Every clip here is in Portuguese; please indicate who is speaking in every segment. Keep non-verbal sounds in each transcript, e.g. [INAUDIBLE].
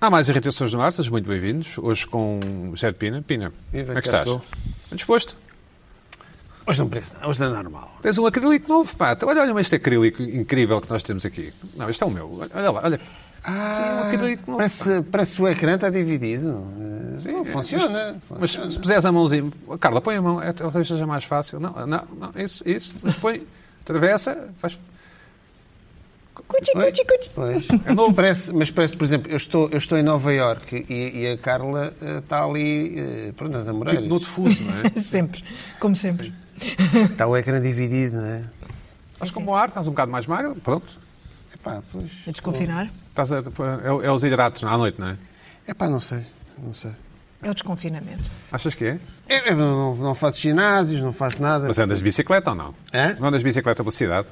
Speaker 1: Há mais irritações no ar, sejam muito bem-vindos. Hoje com o Sérgio Pina. Pina,
Speaker 2: Viva,
Speaker 1: como é que
Speaker 2: cá
Speaker 1: estás?
Speaker 2: estou.
Speaker 1: Disposto?
Speaker 2: Hoje não parece nada, hoje não é normal.
Speaker 1: Tens um acrílico novo, pá. Então, Olha, olha este acrílico incrível que nós temos aqui. Não, este é o meu. Olha- Olha lá, olha. Sim, um acrílico novo.
Speaker 2: Ah,
Speaker 1: é.
Speaker 2: Parece, parece que o ecrã está dividido. Eh, não, funciona.
Speaker 1: Mas
Speaker 2: funciona.
Speaker 1: se puseres a mãozinha, Carla, põe a mão, é- talvez seja mais fácil. Não, não, não, isso, isso, Mas põe, atravessa, faz.
Speaker 3: Cuti,
Speaker 2: Oi?
Speaker 3: cuti, cuti.
Speaker 2: Pois. Parece, mas parece, por exemplo, eu estou, eu estou em Nova Iorque e, e a Carla eh, está ali, eh, pronto, nas Amoreiras.
Speaker 1: Tipo no difuso,
Speaker 2: [LAUGHS]
Speaker 1: não é?
Speaker 3: [LAUGHS] Sempre, como sempre.
Speaker 2: Está o ecrã dividido, não é?
Speaker 1: Estás como o ar, estás um bocado mais magro, pronto.
Speaker 2: Epá, pois.
Speaker 3: A desconfinar?
Speaker 1: Estás a- é, é os hidratos à noite, não é?
Speaker 2: Epá, não sei, não sei.
Speaker 3: É o desconfinamento.
Speaker 1: Achas que é?
Speaker 2: Eu, eu não, não faço ginásios, não faço nada.
Speaker 1: Mas andas de bicicleta ou não?
Speaker 2: Hã?
Speaker 1: Não andas de bicicleta pela cidade,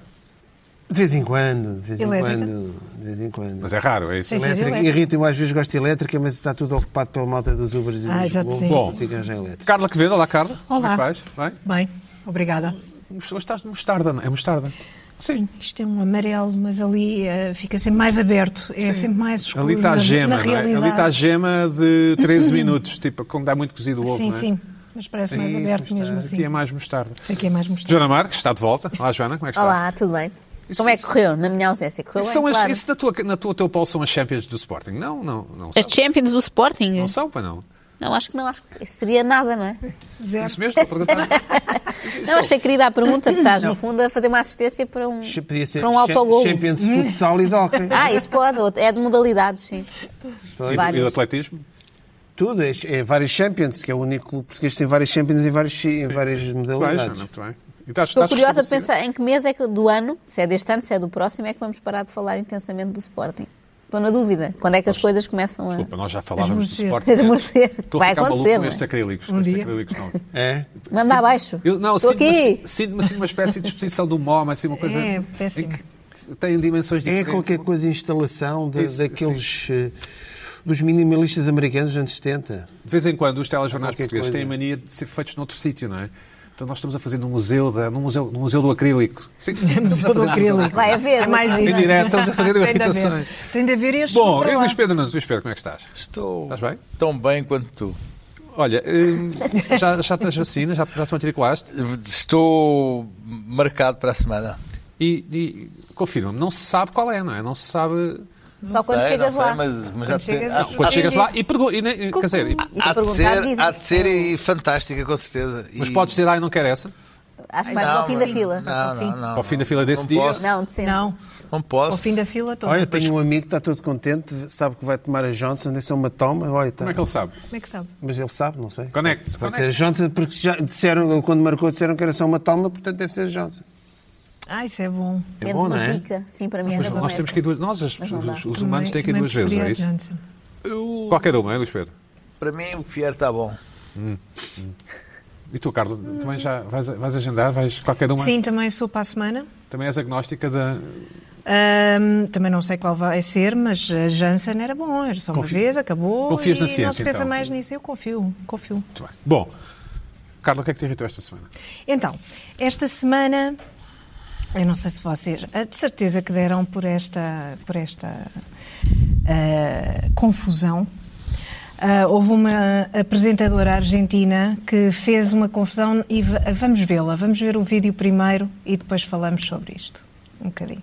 Speaker 2: De vez em quando, de vez em
Speaker 3: Elétrica?
Speaker 2: quando, de vez em quando.
Speaker 1: mas é raro, é isso.
Speaker 3: Sim, sim.
Speaker 2: Elétrica.
Speaker 3: elétrica.
Speaker 2: Irrita-me, às vezes gosto de elétrica, mas está tudo ocupado pela malta dos Ubers e
Speaker 3: Ah,
Speaker 2: dos
Speaker 3: já
Speaker 2: Globos,
Speaker 3: sim.
Speaker 2: não
Speaker 1: Bom.
Speaker 2: consigo arranjar elétrica.
Speaker 1: Carla Quevedo, olá Carla. Como é
Speaker 3: Olá.
Speaker 1: que vais? Bem?
Speaker 3: Bem, obrigada.
Speaker 1: Hoje estás de mostarda, não é? É mostarda.
Speaker 3: Sim. Isto é um amarelo, mas ali eh, fica sempre mais aberto. É sempre mais escuro.
Speaker 1: Ali está a
Speaker 3: na-
Speaker 1: gema,
Speaker 3: na
Speaker 1: não é?
Speaker 3: realidade.
Speaker 1: Ali está a gema de
Speaker 3: [LAUGHS]
Speaker 1: 13 minutos, tipo, quando dá muito cozido o ovo,
Speaker 3: Sim,
Speaker 1: não é?
Speaker 3: sim. Mas parece mais
Speaker 2: Sim,
Speaker 3: aberto
Speaker 2: pois
Speaker 3: mesmo
Speaker 2: está.
Speaker 3: assim.
Speaker 1: Aqui é mais mostarda.
Speaker 3: Aqui é mais mostrado.
Speaker 1: Joana Marques está de volta. Olá, Joana, como é que está?
Speaker 4: Olá, tudo bem?
Speaker 1: Isso-
Speaker 4: Como é que correu na minha ausência? Correu
Speaker 1: Isso,
Speaker 4: bem,
Speaker 1: são as,
Speaker 4: claro.
Speaker 1: isso na tua, na tua teu polo são as Champions do Sporting? Não, não, não são.
Speaker 4: As Champions do Sporting?
Speaker 1: Não são, pois não.
Speaker 4: Não, acho que não, acho que isso seria nada, não é?
Speaker 3: Zero.
Speaker 1: Isso mesmo? Estou a perguntar.
Speaker 4: [LAUGHS] Não, achei querida a pergunta, porque estás, no fundo, a fazer uma assistência para um,
Speaker 2: Podia ser
Speaker 4: para um
Speaker 2: cha-
Speaker 4: autogol.
Speaker 2: Champions de futsal e de
Speaker 4: [LAUGHS]
Speaker 2: hockey.
Speaker 4: Ah, isso pode, ou- é de modalidades, sim.
Speaker 1: E do-
Speaker 2: Foi.
Speaker 1: E do
Speaker 4: Várias.
Speaker 1: atletismo?
Speaker 2: Tudo, é, é vários Champions, que é o único clube português que tem vários Champions em, vários, em várias
Speaker 1: Pois,
Speaker 2: modalidades.
Speaker 1: Joana, muito bem. E estás-
Speaker 4: Estou
Speaker 1: estás
Speaker 4: curiosa a
Speaker 1: restabelecida?
Speaker 4: pensar em que mês é que do ano, se é deste ano, se é do próximo, é que vamos parar de falar intensamente do Sporting. Estou na dúvida. Quando é que as coisas começam a
Speaker 1: Desculpa, nós já falávamos do
Speaker 3: Esmorecer.
Speaker 1: Sporting.
Speaker 4: [LAUGHS]
Speaker 1: né?
Speaker 4: esmorecer?
Speaker 1: Estou a
Speaker 4: Vai
Speaker 1: ficar maluco
Speaker 4: acontecer,
Speaker 1: com
Speaker 4: não é?
Speaker 1: estes acrílicos.
Speaker 3: Um
Speaker 1: com estes
Speaker 3: dia.
Speaker 1: acrílicos novos.
Speaker 2: É?
Speaker 4: Manda abaixo.
Speaker 1: Eu, não,
Speaker 4: Estou
Speaker 1: sinto-me
Speaker 4: aqui.
Speaker 1: assim- sinto-me assim uma espécie de exposição do MoMA, assim uma coisa
Speaker 3: É, péssimo.
Speaker 1: em que tem dimensões
Speaker 2: É
Speaker 1: diferentes.
Speaker 2: qualquer coisa, instalação de-
Speaker 1: Isso,
Speaker 2: daqueles. eh, dos minimalistas americanos dos anos 70.
Speaker 1: De vez em quando os telejornais
Speaker 2: Qualquer
Speaker 1: portugueses têm a
Speaker 2: coisa.
Speaker 1: mania de ser feitos noutro sítio, não é? Então nós estamos a fazer num museu, da, num museu, num museu do acrílico. Sim, estamos a
Speaker 3: [LAUGHS] Museu
Speaker 1: fazer
Speaker 3: do
Speaker 1: num
Speaker 3: acrílico.
Speaker 4: Vai haver.
Speaker 3: É mais
Speaker 4: Em
Speaker 3: isso.
Speaker 1: direto, estamos a fazer
Speaker 3: [LAUGHS] Tem de haver.
Speaker 1: irritações.
Speaker 3: Tem de haver este.
Speaker 1: Bom,
Speaker 3: para
Speaker 1: eu
Speaker 3: lá.
Speaker 1: Luís Pedro Nunes, Luís Pedro, como é que estás?
Speaker 5: Estou
Speaker 1: Estás bem?
Speaker 5: tão bem quanto tu.
Speaker 1: Olha, hum, já, já tens vacina, já, já te matriculaste
Speaker 5: Estou marcado para a semana.
Speaker 1: e, e confirma-me, não se sabe qual é, não é? Não se sabe.
Speaker 4: Só quando
Speaker 5: Sei,
Speaker 4: chegas
Speaker 5: não sei,
Speaker 4: lá.
Speaker 5: mas, mas há de ser,
Speaker 3: chegas
Speaker 5: há-
Speaker 3: lá.
Speaker 5: há-
Speaker 1: Quando
Speaker 3: Entendi.
Speaker 1: chegas lá e pergunta. e nem- Quer dizer, e-
Speaker 4: E
Speaker 5: há
Speaker 4: tu
Speaker 5: de ser,
Speaker 4: perguntares, dizem.
Speaker 5: há de ser e fantástica, com certeza.
Speaker 1: mas
Speaker 5: E-
Speaker 1: podes dizer, ai, não quero essa?
Speaker 4: Acho que vais para o fim da
Speaker 5: mas-
Speaker 4: fila.
Speaker 5: Não,
Speaker 3: Ao fim.
Speaker 5: não, não.
Speaker 1: Ao fim da fila desse
Speaker 5: não
Speaker 1: dia.
Speaker 5: Posso,
Speaker 4: Não, de sempre.
Speaker 3: Não,
Speaker 5: Não posso.
Speaker 3: ao fim da fila toda.
Speaker 2: Olha, tenho um amigo que está todo contente, sabe que vai tomar a Johnson, disse uma toma, olha, tá.
Speaker 1: Como é que ele é sabe?
Speaker 3: Como é que sabe?
Speaker 2: mas ele sabe, não sei.
Speaker 1: Conecte-se.
Speaker 2: Vai
Speaker 1: conecte-se.
Speaker 2: ser a Johnson, porque já disseram, ele quando marcou disseram que era só uma toma, portanto deve ser a Johnson.
Speaker 3: Ah, isso é bom.
Speaker 2: É
Speaker 4: Menos
Speaker 2: bom,
Speaker 4: uma
Speaker 2: não é?
Speaker 4: pica. Sim, para mim
Speaker 1: Pois,
Speaker 4: era bom
Speaker 1: nós temos
Speaker 4: essa.
Speaker 1: que ir duas. Nós, as- os,
Speaker 4: Mas não dá.
Speaker 1: os humanos, têm que ir
Speaker 3: Também-
Speaker 1: duas vezes,
Speaker 3: também
Speaker 1: é isso?
Speaker 3: preferia a Johnson.
Speaker 5: Eu-
Speaker 1: Qualquer uma, é, Luís Pedro?
Speaker 5: para mim, o que vier está bom.
Speaker 1: E tu, Carla, também já vais, vais agendar? Vais qualquer uma?
Speaker 3: Sim, também sou para a semana.
Speaker 1: Também és agnóstica da.
Speaker 3: Ahm, também não sei qual vai ser, mas a Janssen era bom, era só uma
Speaker 1: Confio-
Speaker 3: vez, acabou.
Speaker 1: Confias
Speaker 3: e
Speaker 1: na
Speaker 3: Não
Speaker 1: ciência,
Speaker 3: se pensa
Speaker 1: então?
Speaker 3: mais nisso, eu confio, confio.
Speaker 1: Muito bem. Bom, Carla, o que é que te irritou esta semana?
Speaker 3: Então, esta semana, eu não sei se vocês, ah, de certeza que deram por esta, por esta ah, confusão. Ah, houve uma apresentadora argentina que fez uma confusão e v- vamos vê-la, vamos ver o vídeo primeiro e depois falamos sobre isto. Um bocadinho.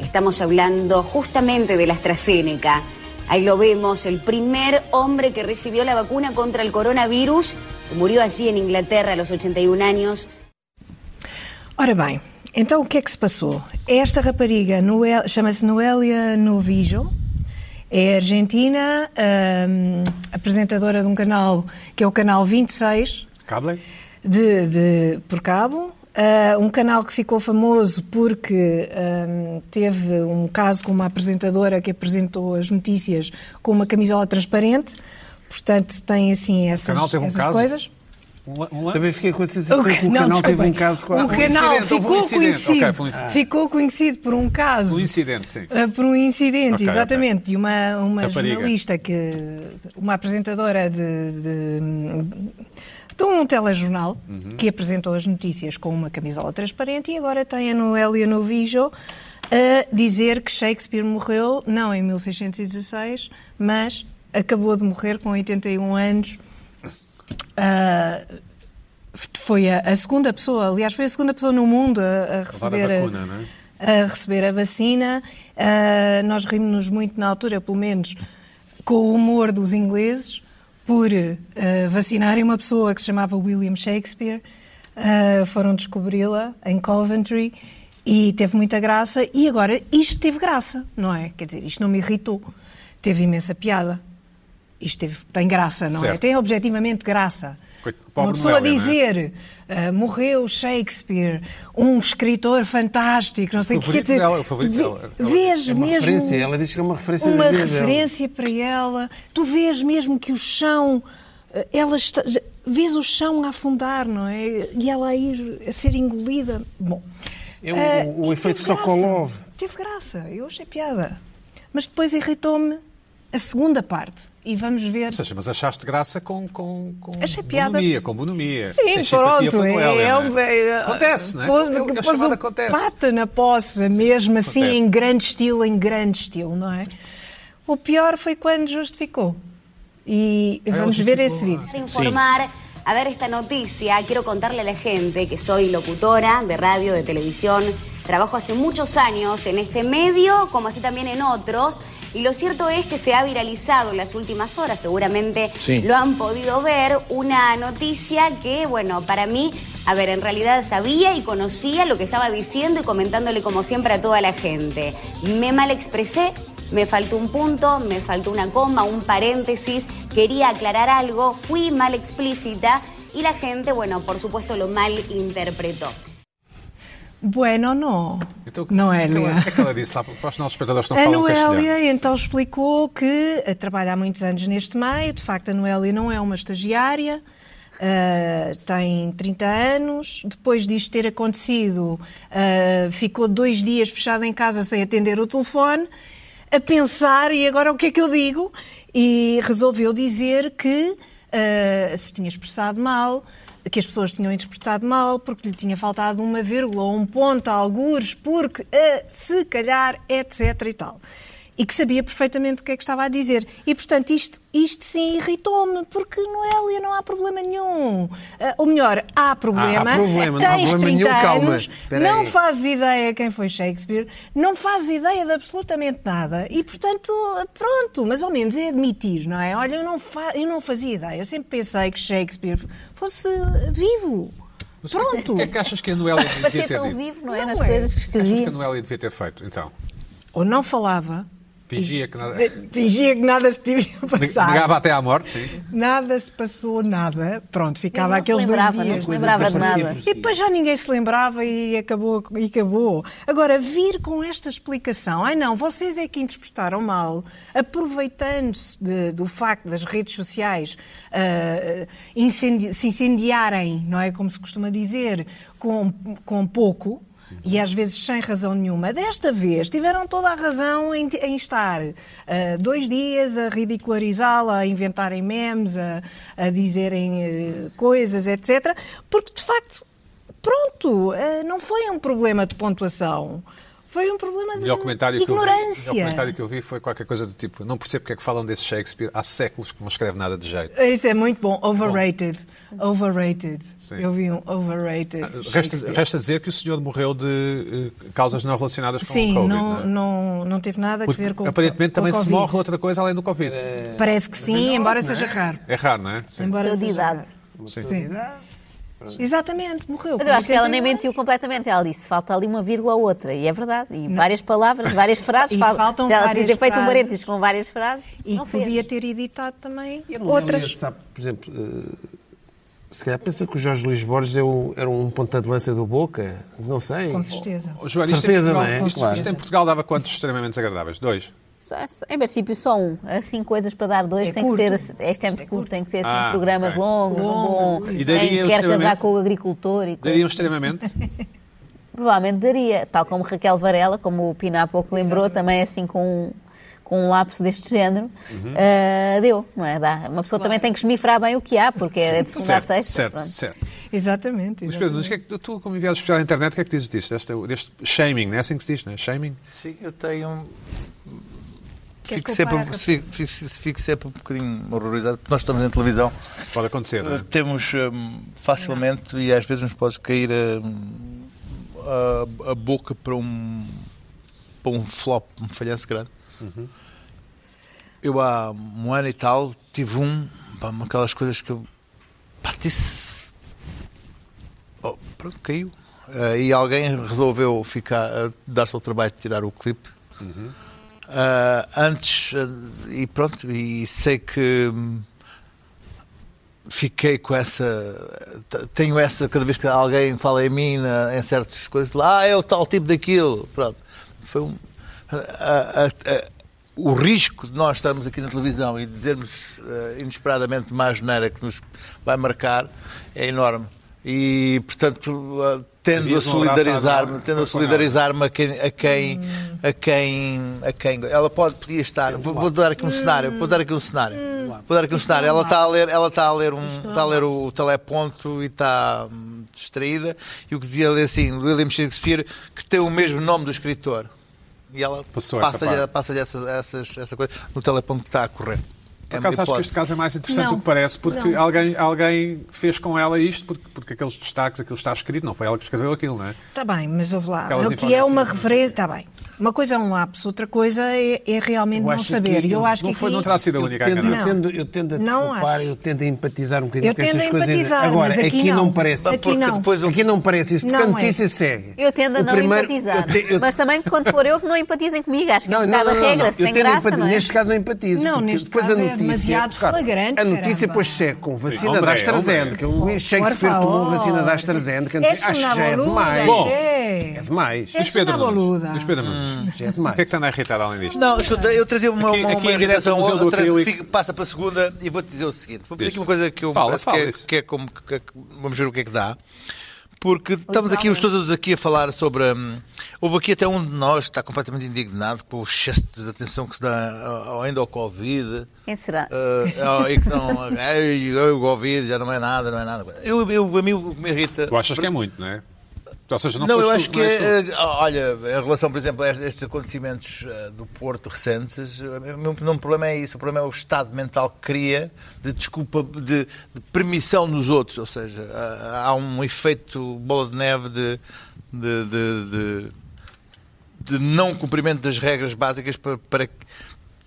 Speaker 6: Estamos hablando justamente de la AstraZeneca. Ahí lo vemos, el primer hombre que recibió la vacuna contra el coronavirus. Murió allí en Inglaterra a los 81 años.
Speaker 3: Ora bem, então o que é que se passou? Esta rapariga Noel- chama-se Noelia Novijo, é argentina, hum, apresentadora de um canal que é o canal 26
Speaker 1: Cable?
Speaker 3: de, de- por cabo, ah, um canal que ficou famoso porque ah, teve um caso com uma apresentadora que apresentou as notícias com uma camisola transparente. Portanto, tem assim essas,
Speaker 1: canal teve um
Speaker 3: essas
Speaker 1: caso?
Speaker 3: coisas.
Speaker 1: Um, la- um lance?
Speaker 2: Também fiquei com a sensação que o
Speaker 3: não,
Speaker 2: canal teve
Speaker 3: desculpem.
Speaker 2: um caso com a...
Speaker 3: O canal
Speaker 1: incidente, houve um
Speaker 3: ficou
Speaker 1: incidente.
Speaker 3: conhecido.
Speaker 1: Ok, foi um incidente.
Speaker 3: Ficou conhecido por um caso.
Speaker 1: Um incidente, sim.
Speaker 3: Ah, por um incidente,
Speaker 1: Ok,
Speaker 3: exatamente, de uma, uma
Speaker 1: Rapariga.
Speaker 3: jornalista que. uma apresentadora de. de, de um telejornal
Speaker 1: Uhum.
Speaker 3: que apresentou as notícias com uma camisola transparente e agora tem a no Hélio e a no Vijo a dizer que Shakespeare morreu, não em 1616, mas acabou de morrer com 81 anos. Ah, foi a, a segunda pessoa, aliás, foi a segunda pessoa no mundo a, a receber
Speaker 1: vacuna, não é?
Speaker 3: a receber a vacina. Ah, nós rimos-nos muito na altura, pelo menos, com o humor dos ingleses por ah, vacinarem uma pessoa que se chamava William Shakespeare. Ah, foram descobri-la em Coventry e teve muita graça. E agora isto teve graça, não é? Quer dizer, isto não me irritou. Teve imensa piada. Isto teve- tem graça, não é?
Speaker 1: Certo.
Speaker 3: Tem objetivamente graça.
Speaker 1: Coit- pobre
Speaker 3: Uma pessoa
Speaker 1: Noélia, não é?
Speaker 3: dizer ah, morreu Shakespeare, um escritor fantástico, não sei o que
Speaker 1: Favorito
Speaker 3: quer dizer.
Speaker 1: dela, o favorito
Speaker 3: ve-
Speaker 1: dela. Ela-
Speaker 3: Vês
Speaker 2: É uma
Speaker 3: mesmo
Speaker 2: referência, ela diz que é uma referência
Speaker 3: uma
Speaker 2: da vida dela.
Speaker 3: referência para ela. Tu vês mesmo que o chão, eh, ela está, já- vês o chão a afundar, não é? E ela a ir a ser engolida. Bom.
Speaker 2: É o-
Speaker 3: eh,
Speaker 2: o
Speaker 3: e
Speaker 2: efeito
Speaker 3: teve graça.
Speaker 2: Sokolov.
Speaker 3: Teve graça, eu achei piada. Mas depois irritou-me a segunda parte. E vamos ver.
Speaker 1: Ou seja, mas achaste graça com, com, com
Speaker 3: Achei piada.
Speaker 1: bonomia, com bonomia.
Speaker 3: Sim,
Speaker 1: Tens simpatia
Speaker 3: pronto.
Speaker 1: pela Noélia,
Speaker 3: é,
Speaker 1: não é?
Speaker 3: um- é-
Speaker 1: Acontece, não é?
Speaker 3: pôs-
Speaker 1: É o que é
Speaker 3: pôs
Speaker 1: chamado
Speaker 3: o
Speaker 1: acontece.
Speaker 3: Pata na poça, mesmo assim,
Speaker 1: acontece.
Speaker 3: em grande estilo, em grande estilo, não é? O pior foi quando justificou. E vamos ver
Speaker 1: Ah, justificou,
Speaker 3: esse vídeo.
Speaker 6: Para informar, a dar esta noticia, quiero contarle a la gente que soy locutora de radio, de televisión. Trabajo hace muchos años en este medio, como así también en otros. Y lo cierto es que se ha viralizado en las últimas horas, seguramente
Speaker 5: Sí.
Speaker 6: lo han podido ver, una noticia que, bueno, para mí, a ver, en realidad sabía y conocía lo que estaba diciendo y comentándole como siempre a toda la gente. Me mal expresé, me faltó un punto, me faltó una coma, un paréntesis, quería aclarar algo, fui mal explícita y la gente, bueno, por supuesto lo mal interpretó.
Speaker 1: ah.
Speaker 3: Bueno, não.
Speaker 1: Então,
Speaker 3: não é,
Speaker 1: o que ela-
Speaker 3: Lia?
Speaker 1: o que é que ela disse lá para os nossos espectadores
Speaker 3: [LAUGHS]
Speaker 1: que não
Speaker 3: A
Speaker 1: falam castelhano?
Speaker 3: Noélia então explicou que eh, trabalha há muitos anos neste meio. De facto, a Noélia não é uma estagiária, eh, tem 30 anos. Depois disto ter acontecido, eh, ficou dois dias fechada em casa sem atender o telefone, a pensar: e agora o que é que eu digo? E resolveu dizer que eh, se tinha expressado mal. Que as pessoas tinham interpretado mal, porque lhe tinha faltado uma vírgula ou um ponto, algures, porque eh, se calhar, etc. e tal e que sabia perfeitamente o que é que estava a dizer. E, portanto, isto, isto sim irritou-me, porque Noélia não há problema nenhum. Ah, ou melhor, há problema.
Speaker 2: Há- há problema, não há
Speaker 3: Tens
Speaker 2: problema
Speaker 3: 30
Speaker 2: nenhum, calma.
Speaker 3: anos,
Speaker 2: Espera
Speaker 3: não
Speaker 2: aí.
Speaker 3: fazes ideia quem foi Shakespeare, não fazes ideia de absolutamente nada. E, portanto, pronto, mas ao menos é admitir, não é? Olha, eu não, fa- eu não fazia ideia, eu sempre pensei que Shakespeare fosse vivo. Pronto.
Speaker 1: O [LAUGHS] que é que achas que a Noélia devia
Speaker 4: Parecia
Speaker 1: ter
Speaker 4: tão
Speaker 1: dito?
Speaker 4: vivo, não é?
Speaker 3: Não
Speaker 4: Nas
Speaker 3: é.
Speaker 4: coisas que
Speaker 1: Achas que a
Speaker 4: escrevia.
Speaker 1: Noélia devia ter feito? Então,
Speaker 3: Ou não falava,
Speaker 1: fingia que nada...
Speaker 3: fingia que nada se tinha passado.
Speaker 1: Negava até à morte, sim.
Speaker 3: Nada se passou, nada. Pronto,
Speaker 4: Não,
Speaker 3: ficava
Speaker 4: não se
Speaker 3: aqueles dois
Speaker 4: lembrava,
Speaker 3: dias.
Speaker 4: não se lembrava de nada.
Speaker 2: Possível.
Speaker 3: E depois já ninguém se lembrava e acabou, e acabou. Agora, vir com esta explicação, ai não, vocês é que interpretaram mal, aproveitando-se de- do facto das redes sociais ah, incendi- se incendiarem, não é como se costuma dizer, com, com pouco. E às vezes sem razão nenhuma. Desta vez tiveram toda a razão em, em estar ah, dois dias a ridicularizá-la, a inventarem memes, a, a dizerem eh, coisas, etc. Porque de facto Pronto, eh, não foi um problema de pontuação. Foi um
Speaker 1: O
Speaker 3: problema de
Speaker 1: melhor comentário, que eu vi, o
Speaker 3: ignorância.
Speaker 1: melhor comentário que eu vi foi qualquer coisa do tipo: não percebo porque é que falam desse Shakespeare, há séculos que não escreve nada de jeito.
Speaker 3: Isso é muito bom. Overrated. Overrated.
Speaker 1: Sim. Ah,
Speaker 3: Eu vi um overrated.
Speaker 1: Resta,
Speaker 3: Shakespeare.
Speaker 1: resta dizer que o senhor morreu de eh, causas não relacionadas com
Speaker 3: Sim,
Speaker 1: o Covid.
Speaker 3: não,
Speaker 1: é?
Speaker 3: não, não teve nada
Speaker 1: Porque
Speaker 3: a ver com
Speaker 1: aparentemente
Speaker 3: com a
Speaker 1: também se
Speaker 3: Covid. É.
Speaker 1: morre outra coisa além do Covid.
Speaker 3: Parece que sim, embora seja raro.
Speaker 1: É raro, não é? Sim.
Speaker 3: Embora
Speaker 4: Eu de
Speaker 3: seja
Speaker 4: idade.
Speaker 3: raro. Sim. Exatamente, morreu.
Speaker 4: Mas
Speaker 3: com
Speaker 4: eu acho que ela nem
Speaker 3: 81
Speaker 4: mentiu completamente. Ela disse, falta ali uma vírgula ou outra. E é verdade. E várias palavras, várias
Speaker 3: [LAUGHS]
Speaker 4: frases.
Speaker 3: E
Speaker 4: Fal-
Speaker 3: faltam
Speaker 4: Se ela
Speaker 3: várias
Speaker 4: podia ter feito um
Speaker 3: frases.
Speaker 4: parênteses com várias frases,
Speaker 3: E
Speaker 4: não
Speaker 3: podia
Speaker 4: fez.
Speaker 3: ter editado também
Speaker 2: E a Noelia
Speaker 3: outras.
Speaker 2: sabe, por exemplo, eh, Se calhar pensa que o Jorge Luís Borges é o- era um ponta de lança do Boca. Não sei.
Speaker 3: Com certeza.
Speaker 1: Oh, Joana, isto,
Speaker 2: Certeza,
Speaker 1: em Portugal,
Speaker 2: não é?
Speaker 1: isto-
Speaker 2: Claro.
Speaker 1: isto em Portugal dava quantos extremamente desagradáveis? Dois.
Speaker 4: Só- Em princípio, só um. Assim, coisas para dar dois,
Speaker 3: É
Speaker 4: tem
Speaker 3: curto.
Speaker 4: que ser. Este é muito curto, tem que ser assim,
Speaker 1: Ah,
Speaker 4: programas
Speaker 1: ok.
Speaker 4: longos, um bom.
Speaker 1: E
Speaker 4: quem
Speaker 1: daria
Speaker 4: quer
Speaker 1: extremamente-
Speaker 4: casar com o agricultor e coisas.
Speaker 1: Dariam extremamente?
Speaker 4: Provavelmente daria, tal como Raquel Varela, como o Pina há pouco lembrou, também assim com um, com um lapso deste género,
Speaker 2: Uhum.
Speaker 4: ah, deu, não é? Dá. Uma pessoa também tem que esmifrar bem o que há, porque é de segunda a
Speaker 1: certo,
Speaker 4: sexta.
Speaker 1: certo,
Speaker 4: pronto.
Speaker 1: certo.
Speaker 3: Exatamente.
Speaker 1: Mas Pedro,
Speaker 3: exatamente.
Speaker 1: Nunes, que é que, tu, como enviado especial à internet, o que é que dizes disto? Desta- Deste, shaming, não é assim que se diz, não é? Shaming?
Speaker 5: Sim, eu tenho. um-
Speaker 3: Quer
Speaker 5: Fico sempre,
Speaker 3: culpar?
Speaker 5: fico, fico- fico sempre um bocadinho horrorizado, porque nós estamos em televisão.
Speaker 1: Pode acontecer, não é?
Speaker 5: Eh, Temos hum, facilmente, e às vezes nos pode cair hum, a, a boca para um, para um flop, um falhanço grande. Eu há um ano e tal tive um, pá, uma aquelas coisas que eu pá, disse. Oh, pronto, caiu. Ah, e alguém resolveu ficar, ah, dar-se ao trabalho de tirar o clipe. Ah, antes, ah, e pronto, e sei que. hum, fiquei com essa. t- Tenho essa, cada vez que alguém fala em mim na- em certas coisas, lá "Ah, é o tal tipo daquilo. Pronto. Foi um. a- a- a- o risco de nós estarmos aqui na televisão e dizermos eh, inesperadamente mais geneira que nos vai marcar é enorme. E, portanto, eh, tendo a
Speaker 1: Devias um abraço à
Speaker 5: solidarizar-me,
Speaker 1: Ana-
Speaker 5: tendo a
Speaker 1: com ela.
Speaker 5: solidarizar-me a quem, a quem, a quem, a quem, ela pode, podia estar, vou, vou dar aqui um cenário, vou dar aqui um cenário, vou dar aqui um cenário, ela está a ler, ela está a ler um, está a ler o teleponto e está hum, distraída, e o que dizia ali assim, William Shakespeare, que tem o mesmo nome do escritor, e ela
Speaker 1: Passou essa
Speaker 5: passa-lhe
Speaker 1: parte.
Speaker 5: passa essa, essas- essa coisa, no teleponto que está a correr.
Speaker 1: Por
Speaker 5: É uma
Speaker 1: acaso acho que
Speaker 5: hipótese.
Speaker 1: este caso é mais interessante
Speaker 3: Não.
Speaker 1: do que parece, porque
Speaker 3: Não.
Speaker 1: alguém, alguém fez com ela isto, porque, porque aqueles destaques, aquilo está escrito, não foi ela que escreveu aquilo, não é?
Speaker 3: Está Tá bem, mas houve lá.
Speaker 1: Aquelas
Speaker 3: O que é
Speaker 1: informações,
Speaker 3: uma
Speaker 1: não sei
Speaker 3: referência. Está bem. Uma coisa é um lapso, outra coisa é, é realmente
Speaker 2: Eu
Speaker 3: não
Speaker 2: acho que
Speaker 3: saber.
Speaker 2: aqui
Speaker 3: Eu acho
Speaker 1: não,
Speaker 3: que
Speaker 1: foi,
Speaker 3: aqui- é
Speaker 1: não terá sido a
Speaker 2: Eu
Speaker 1: única
Speaker 2: tendo, eu,
Speaker 1: enganada.
Speaker 2: tendo, eu tendo a
Speaker 3: Não
Speaker 2: desculpar,
Speaker 3: acho.
Speaker 2: eu tendo a empatizar um bocadinho
Speaker 3: Eu
Speaker 2: com estas
Speaker 3: tendo a
Speaker 2: coisas.
Speaker 3: empatizar,
Speaker 2: Agora,
Speaker 3: mas aqui
Speaker 2: não,
Speaker 3: não.
Speaker 2: parece.
Speaker 3: Aqui
Speaker 2: porque
Speaker 3: não.
Speaker 2: Depois, aqui não parece isso, porque
Speaker 3: Não
Speaker 2: a notícia
Speaker 3: é.
Speaker 2: segue.
Speaker 4: Eu tendo a
Speaker 2: O
Speaker 4: não
Speaker 2: primeiro-
Speaker 4: empatizar.
Speaker 2: eu te- eu-
Speaker 4: Mas também, quando for eu, que não empatizem comigo. Acho que
Speaker 2: Não,
Speaker 4: é
Speaker 2: não, não,
Speaker 4: um bocado a
Speaker 2: não,
Speaker 4: regra,
Speaker 2: não.
Speaker 4: sem
Speaker 2: Eu tendo
Speaker 4: graça,
Speaker 2: empati-
Speaker 4: não é?
Speaker 2: Neste caso não empatizo.
Speaker 3: Não,
Speaker 2: porque
Speaker 3: neste
Speaker 2: depois a
Speaker 3: caso é
Speaker 2: notícia,
Speaker 3: demasiado
Speaker 2: cara,
Speaker 3: flagrante,
Speaker 2: A notícia
Speaker 3: caramba.
Speaker 2: depois segue com vacina
Speaker 1: hombre,
Speaker 2: da
Speaker 1: hombre.
Speaker 2: AstraZeneca. um O Shakespeare
Speaker 3: Por
Speaker 2: tomou
Speaker 3: favor.
Speaker 2: vacina da AstraZeneca. não
Speaker 3: És
Speaker 2: sei, Acho que já é
Speaker 3: boluda,
Speaker 2: demais.
Speaker 1: Bom.
Speaker 3: é.
Speaker 2: É demais.
Speaker 3: É.
Speaker 1: Luís Pedro
Speaker 3: uma
Speaker 1: Nunes,
Speaker 3: boluda.
Speaker 1: Luís Pedro Nunes,
Speaker 2: Já é
Speaker 1: o que é que
Speaker 2: demais.
Speaker 1: está a irritar além disto?
Speaker 5: Hum. Não, escuta, eu trazia uma,
Speaker 1: Aqui-
Speaker 5: uma,
Speaker 1: aqui
Speaker 5: uma
Speaker 1: em direção
Speaker 5: irritação,
Speaker 1: ao Museu do
Speaker 5: eu tra-
Speaker 1: Acrílico.
Speaker 5: fica- passa para a segunda e vou-te dizer o seguinte. Vou pedir
Speaker 1: Diz.
Speaker 5: aqui uma coisa que eu
Speaker 1: Fala,
Speaker 5: parece
Speaker 1: fala
Speaker 5: que, é,
Speaker 1: isso.
Speaker 5: que é como que é- vamos ver o que é que dá. Porque estamos aqui, os todos aqui a falar sobre. hum, houve aqui até um de nós que está completamente indignado com o excesso de atenção que se dá ao- ao- ainda ao Covid.
Speaker 4: Quem será?
Speaker 5: Ah, ah, e que não, [LAUGHS] ai, ai, o Covid já não é nada, não é nada. Eu, eu, a mim o que me irrita.
Speaker 1: Tu achas que é muito, não é? Ou seja, não,
Speaker 5: Não,
Speaker 1: foste
Speaker 5: eu
Speaker 1: tu,
Speaker 5: acho que,
Speaker 1: não és tu.
Speaker 5: eh, olha, em relação, por exemplo, a est- estes acontecimentos eh, do Porto recentes, eh, o meu o meu problema é isso. O problema é o estado mental que cria de desculpa, de, de permissão nos outros. Ou seja, há- há um efeito bola de neve de- de- de- de de não cumprimento das regras básicas para, para,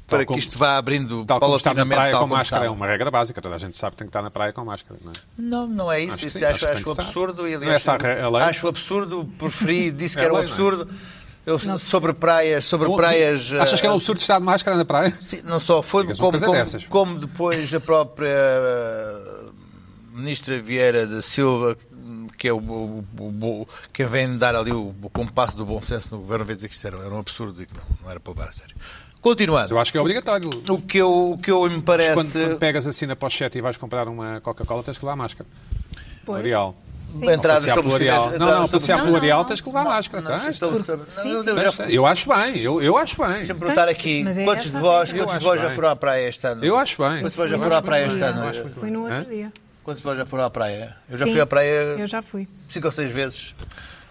Speaker 5: para
Speaker 1: como-
Speaker 5: que isto vá abrindo
Speaker 1: Tal como estar na
Speaker 5: paulatinamente,
Speaker 1: praia
Speaker 5: tal
Speaker 1: com
Speaker 5: como
Speaker 1: máscara é
Speaker 5: está.
Speaker 1: uma regra básica, toda a gente sabe que tem que estar na praia com máscara, não é?
Speaker 5: Não, não é isso.
Speaker 1: Acho que
Speaker 5: Isso
Speaker 1: sim, acho que
Speaker 5: acho, acho
Speaker 1: tem que estar.
Speaker 5: absurdo. E,
Speaker 1: Não é
Speaker 5: aliás,
Speaker 1: essa a re- a lei?
Speaker 5: Acho absurdo,
Speaker 1: [LAUGHS]
Speaker 5: preferi, disse que
Speaker 1: É
Speaker 5: era um
Speaker 1: lei, não é?
Speaker 5: absurdo. Eu, sobre praias, sobre
Speaker 1: Bom,
Speaker 5: praias.
Speaker 1: Achas que é um
Speaker 5: eh,
Speaker 1: absurdo estar de máscara na praia?
Speaker 5: Sim, não só foi
Speaker 1: Diga-se uma
Speaker 5: como,
Speaker 1: coisa
Speaker 5: como,
Speaker 1: dessas.
Speaker 5: como depois a própria eh, ministra Vieira da Silva que é o, o- o- o- quem vem dar ali o, o compasso do bom senso no governo veio dizer que isto era, era um absurdo e que não, não era para levar a sério. Continuando,
Speaker 1: Eu acho que é obrigatório.
Speaker 5: o que eu, o que eu me
Speaker 1: Mas
Speaker 5: parece
Speaker 1: Quando, quando pegas assim na pochete e vais comprar uma Coca-Cola, tens que levar máscara.
Speaker 3: Pois.
Speaker 1: L'Oreal.
Speaker 5: entrar
Speaker 1: Passear pelo Areal. Não, não, passear pelo Areal tens que levar máscara. tens, tens. Eu acho bem, eu, eu acho bem.
Speaker 5: Deixa-me perguntar
Speaker 3: Tens-
Speaker 5: aqui,
Speaker 3: mas é
Speaker 5: quantos
Speaker 3: essa
Speaker 5: de
Speaker 3: a
Speaker 5: vós,
Speaker 3: regra.
Speaker 5: quantos
Speaker 1: Eu
Speaker 5: de vós
Speaker 1: acho
Speaker 5: já
Speaker 1: bem.
Speaker 5: foram à praia este ano?
Speaker 1: Eu acho bem.
Speaker 5: Quantos de vós já
Speaker 1: Eu
Speaker 5: foram à
Speaker 1: acho
Speaker 5: praia
Speaker 1: bem.
Speaker 5: este ano?
Speaker 3: Foi no outro
Speaker 1: Hã?
Speaker 3: dia.
Speaker 5: Quantos de vós já foram à praia? Eu já
Speaker 3: Sim,
Speaker 5: fui à praia
Speaker 3: Eu já fui.
Speaker 5: cinco ou seis vezes.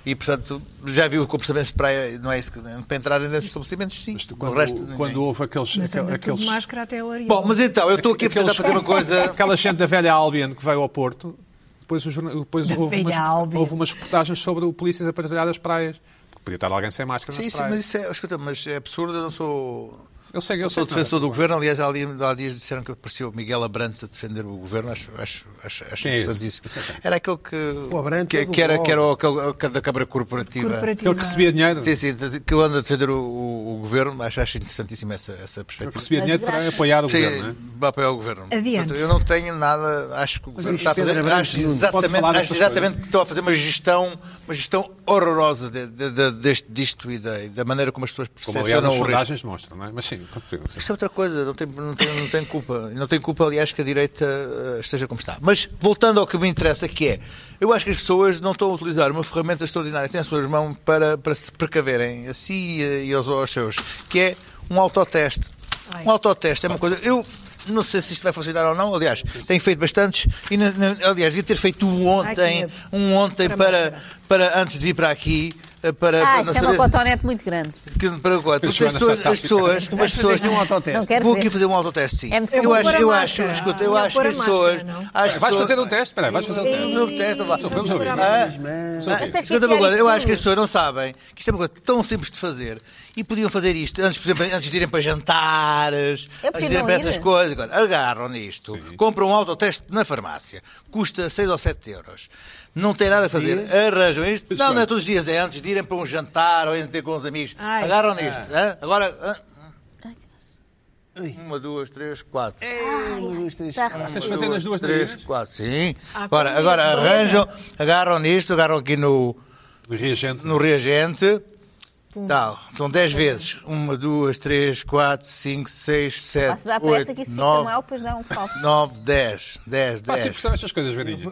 Speaker 5: E, portanto, já vi o comportamento de praia, não é isso que... Para entrar nesses estabelecimentos, sim.
Speaker 1: Mas tu,
Speaker 5: O
Speaker 1: Quando,
Speaker 5: resto, ninguém.
Speaker 1: quando houve aqueles.
Speaker 3: Mas
Speaker 1: aquel-
Speaker 3: anda tudo de
Speaker 1: aqueles
Speaker 3: máscara até o Ariel.
Speaker 5: Bom, mas então, eu estou aqui a tentar
Speaker 1: aqueles-
Speaker 5: fazer uma coisa...
Speaker 1: Aquela gente da velha Albion que veio ao Porto, depois, o jorna- depois
Speaker 3: Da
Speaker 1: houve,
Speaker 3: velha
Speaker 1: umas,
Speaker 3: Albion.
Speaker 1: houve umas reportagens sobre o polícias a patrulhar as praias. Porque podia estar alguém sem máscara
Speaker 5: Sim,
Speaker 1: nas
Speaker 5: sim, mas
Speaker 1: praias.
Speaker 5: isso é... Escuta, mas é absurdo, eu não sou...
Speaker 1: Eu sei, eu
Speaker 5: Eu sou
Speaker 1: sei. que não é.
Speaker 5: defensor do governo, aliás, há ali- há dias disseram que apareceu o Miguel Abrantes a defender o governo, acho, acho, acho, acho
Speaker 1: Quem é esse?
Speaker 5: interessantíssimo. Era aquele que,
Speaker 2: O Abrantes
Speaker 5: que,
Speaker 2: é do
Speaker 5: que era,
Speaker 2: Bloco.
Speaker 5: que era o, aquele- aquele da Câmara Corporativa.
Speaker 3: Corporativa.
Speaker 1: Aquele que recebia dinheiro.
Speaker 5: Sim, sim, que anda a defender o, o- o governo, acho, acho interessantíssima essa, essa
Speaker 1: que
Speaker 5: perspectiva.
Speaker 1: recebia dinheiro para apoiar o
Speaker 5: Sim,
Speaker 1: governo, não é?
Speaker 5: papel ao governo.
Speaker 3: Adiante.
Speaker 5: Portanto, Eu não tenho nada, acho que o governo
Speaker 2: isto
Speaker 5: está a fazer,
Speaker 2: Pedro Abrantes
Speaker 5: acho
Speaker 2: Nuno,
Speaker 1: pode-se
Speaker 5: exatamente,
Speaker 1: falar
Speaker 5: acho
Speaker 1: destas
Speaker 5: exatamente
Speaker 1: coisas?
Speaker 5: que estão a fazer uma gestão, uma gestão horrorosa de, de, de, deste- disto e da, e da maneira como as pessoas
Speaker 1: Como aliás
Speaker 5: percepcionam
Speaker 1: as
Speaker 5: o risco.
Speaker 1: sondagens mostram, não é? Mas sim, continua.
Speaker 5: Isso é outra coisa, não tem, não tem, não tem culpa. Não tem culpa, aliás, que a direita eh, esteja como está. Mas voltando ao que me interessa, que é, eu acho que as pessoas não estão a utilizar uma ferramenta extraordinária que têm as suas mãos para, para se precaverem a si e, e aos, aos seus, que é um autoteste. Um autoteste é uma coisa. Eu não sei se isto vai funcionar ou não, aliás, tenho feito bastantes, e na- na- aliás, devia ter feito um
Speaker 3: Ai, que
Speaker 5: ontem,
Speaker 3: medo.
Speaker 5: um ontem
Speaker 3: Para
Speaker 5: para,
Speaker 3: máscara.
Speaker 5: para antes de vir para aqui. eh, Para,
Speaker 4: Ah,
Speaker 5: para
Speaker 4: isso é uma
Speaker 5: saber-
Speaker 4: cotonete muito grande.
Speaker 5: que me preocupa. Porque as
Speaker 1: Joana já
Speaker 5: pessoas,
Speaker 1: está a
Speaker 5: as pessoas,
Speaker 1: ficar.
Speaker 5: as pessoas
Speaker 2: um autoteste.
Speaker 4: Não quero
Speaker 5: Vou
Speaker 4: ver.
Speaker 5: aqui fazer um autoteste, sim.
Speaker 4: É muito
Speaker 5: eu
Speaker 4: complicado.
Speaker 5: acho,
Speaker 3: Vou
Speaker 5: eu
Speaker 3: pôr a
Speaker 5: acho,
Speaker 3: máscara.
Speaker 5: escuta, eu
Speaker 3: Vou
Speaker 5: acho
Speaker 3: pôr
Speaker 5: que
Speaker 3: a
Speaker 5: as pessoas.
Speaker 3: máscara, não?
Speaker 5: as
Speaker 1: Vais
Speaker 5: pessoas-
Speaker 1: fazer um teste? Espera aí, vais fazer um teste.
Speaker 5: Fazer um teste, vá.
Speaker 1: Só vamos ouvir.
Speaker 5: Ah,
Speaker 1: Vamos
Speaker 5: ah,
Speaker 1: ouvir.
Speaker 4: tens que
Speaker 5: escuta uma
Speaker 4: enfiar
Speaker 5: coisa,
Speaker 4: isso
Speaker 5: eu acho que
Speaker 4: tudo.
Speaker 5: as pessoas não sabem que isto é uma coisa tão simples de fazer e podiam fazer isto antes, por exemplo, antes de irem para
Speaker 4: Eu
Speaker 5: jantares, antes de
Speaker 4: prefiro
Speaker 5: irem
Speaker 4: não
Speaker 5: para
Speaker 4: ir.
Speaker 5: essas coisas. Agora, agarram nisto, compram um autoteste na farmácia, custa 6 ou 7 euros. Não tem nada a fazer. Arranjam isto. Não,
Speaker 1: bem.
Speaker 5: não é todos os dias, é antes de irem para um jantar ou irem ter com os amigos.
Speaker 3: Ai.
Speaker 5: Agarram nisto. hã? Agora. hã? Uma, duas, três, quatro.
Speaker 2: Um, dois, três,
Speaker 4: Está
Speaker 2: quatro.
Speaker 1: Tens de fazer nas duas,
Speaker 5: três,
Speaker 1: três.
Speaker 5: quatro, sim.
Speaker 3: Ah,
Speaker 4: é
Speaker 5: Agora,
Speaker 3: como
Speaker 5: agora
Speaker 3: isso,
Speaker 5: arranjam, agarram nisto, agarram aqui no,
Speaker 1: Reagente.
Speaker 5: no reagente. Tal, são 10 vezes. 1, 2, 3, 4, 5, 6,
Speaker 4: Passa
Speaker 5: 7,
Speaker 4: a pressa que
Speaker 5: 8,
Speaker 4: isso fica
Speaker 5: 9,
Speaker 4: mal, depois dá um falso.
Speaker 5: 9, 10. 10,
Speaker 1: Passa a
Speaker 5: 10.
Speaker 1: pressão estas coisas, Verinha.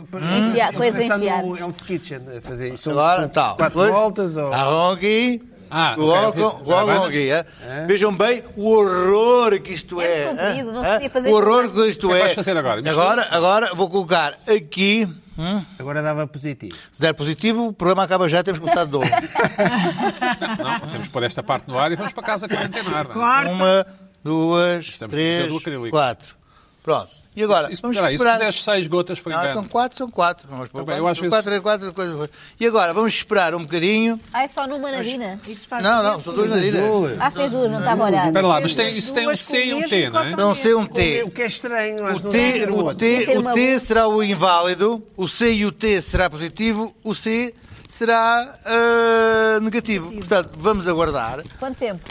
Speaker 4: Enfiar, coisa
Speaker 2: Está
Speaker 4: enfiar.
Speaker 2: no Hell's Kitchen a fazer isto. São-
Speaker 5: Agora,
Speaker 2: são
Speaker 5: tal.
Speaker 2: Quatro
Speaker 5: Depois,
Speaker 2: voltas ou...
Speaker 5: Agarram aqui.
Speaker 1: Ah, ok.
Speaker 5: colocam, colocam
Speaker 1: Abanas.
Speaker 5: aqui. é? Vejam bem o horror que isto
Speaker 4: É
Speaker 5: é.
Speaker 4: comprido, não
Speaker 5: é?
Speaker 4: se podia fazer
Speaker 5: o horror
Speaker 4: tudo.
Speaker 5: que isto
Speaker 1: O que é
Speaker 5: é.
Speaker 1: que vais fazer agora? é
Speaker 5: Agora, agora vou colocar aqui. hum,
Speaker 2: Agora dava positivo.
Speaker 5: Se der positivo, o programa acaba já, temos que começar de novo.
Speaker 2: [LAUGHS]
Speaker 1: Não, temos que pôr esta parte no ar e vamos para casa quarentenar. não é?
Speaker 3: Claro.
Speaker 5: Uma, duas,
Speaker 1: Estamos no Museu
Speaker 5: três,
Speaker 1: do Acrílico.
Speaker 5: quatro. Pronto. E agora?
Speaker 1: Isso- isso-
Speaker 5: vamos
Speaker 1: espera aí, se
Speaker 5: esperar.
Speaker 1: fizeres seis gotas, foi
Speaker 5: Não,
Speaker 1: engano.
Speaker 5: são quatro, são quatro. Vamos pôr
Speaker 1: bem,
Speaker 5: quatro,
Speaker 1: eu às
Speaker 5: são
Speaker 1: vezes-
Speaker 5: quatro, é quatro, coisa. E agora, vamos esperar um bocadinho.
Speaker 4: Ah, é só numa narina.
Speaker 3: Isso faz
Speaker 5: Não, não,
Speaker 3: ver
Speaker 5: são
Speaker 3: se-
Speaker 5: duas narinas.
Speaker 4: Ah, fez duas, não estava a olhar.
Speaker 1: Espera lá, mas tem, isso tem um
Speaker 3: Duas
Speaker 1: C e um
Speaker 3: colheres
Speaker 1: T, não é?
Speaker 3: cortam-
Speaker 5: Não sei um T.
Speaker 2: O que é estranho,
Speaker 5: O
Speaker 2: acho que não deve
Speaker 5: T,
Speaker 2: ser o
Speaker 5: o,
Speaker 2: outro.
Speaker 5: T,
Speaker 4: ser
Speaker 5: o
Speaker 4: uma
Speaker 5: T
Speaker 4: boa.
Speaker 5: será o inválido, o C e o T será positivo, o C será ah, negativo. Portanto, vamos aguardar.
Speaker 4: Quanto tempo?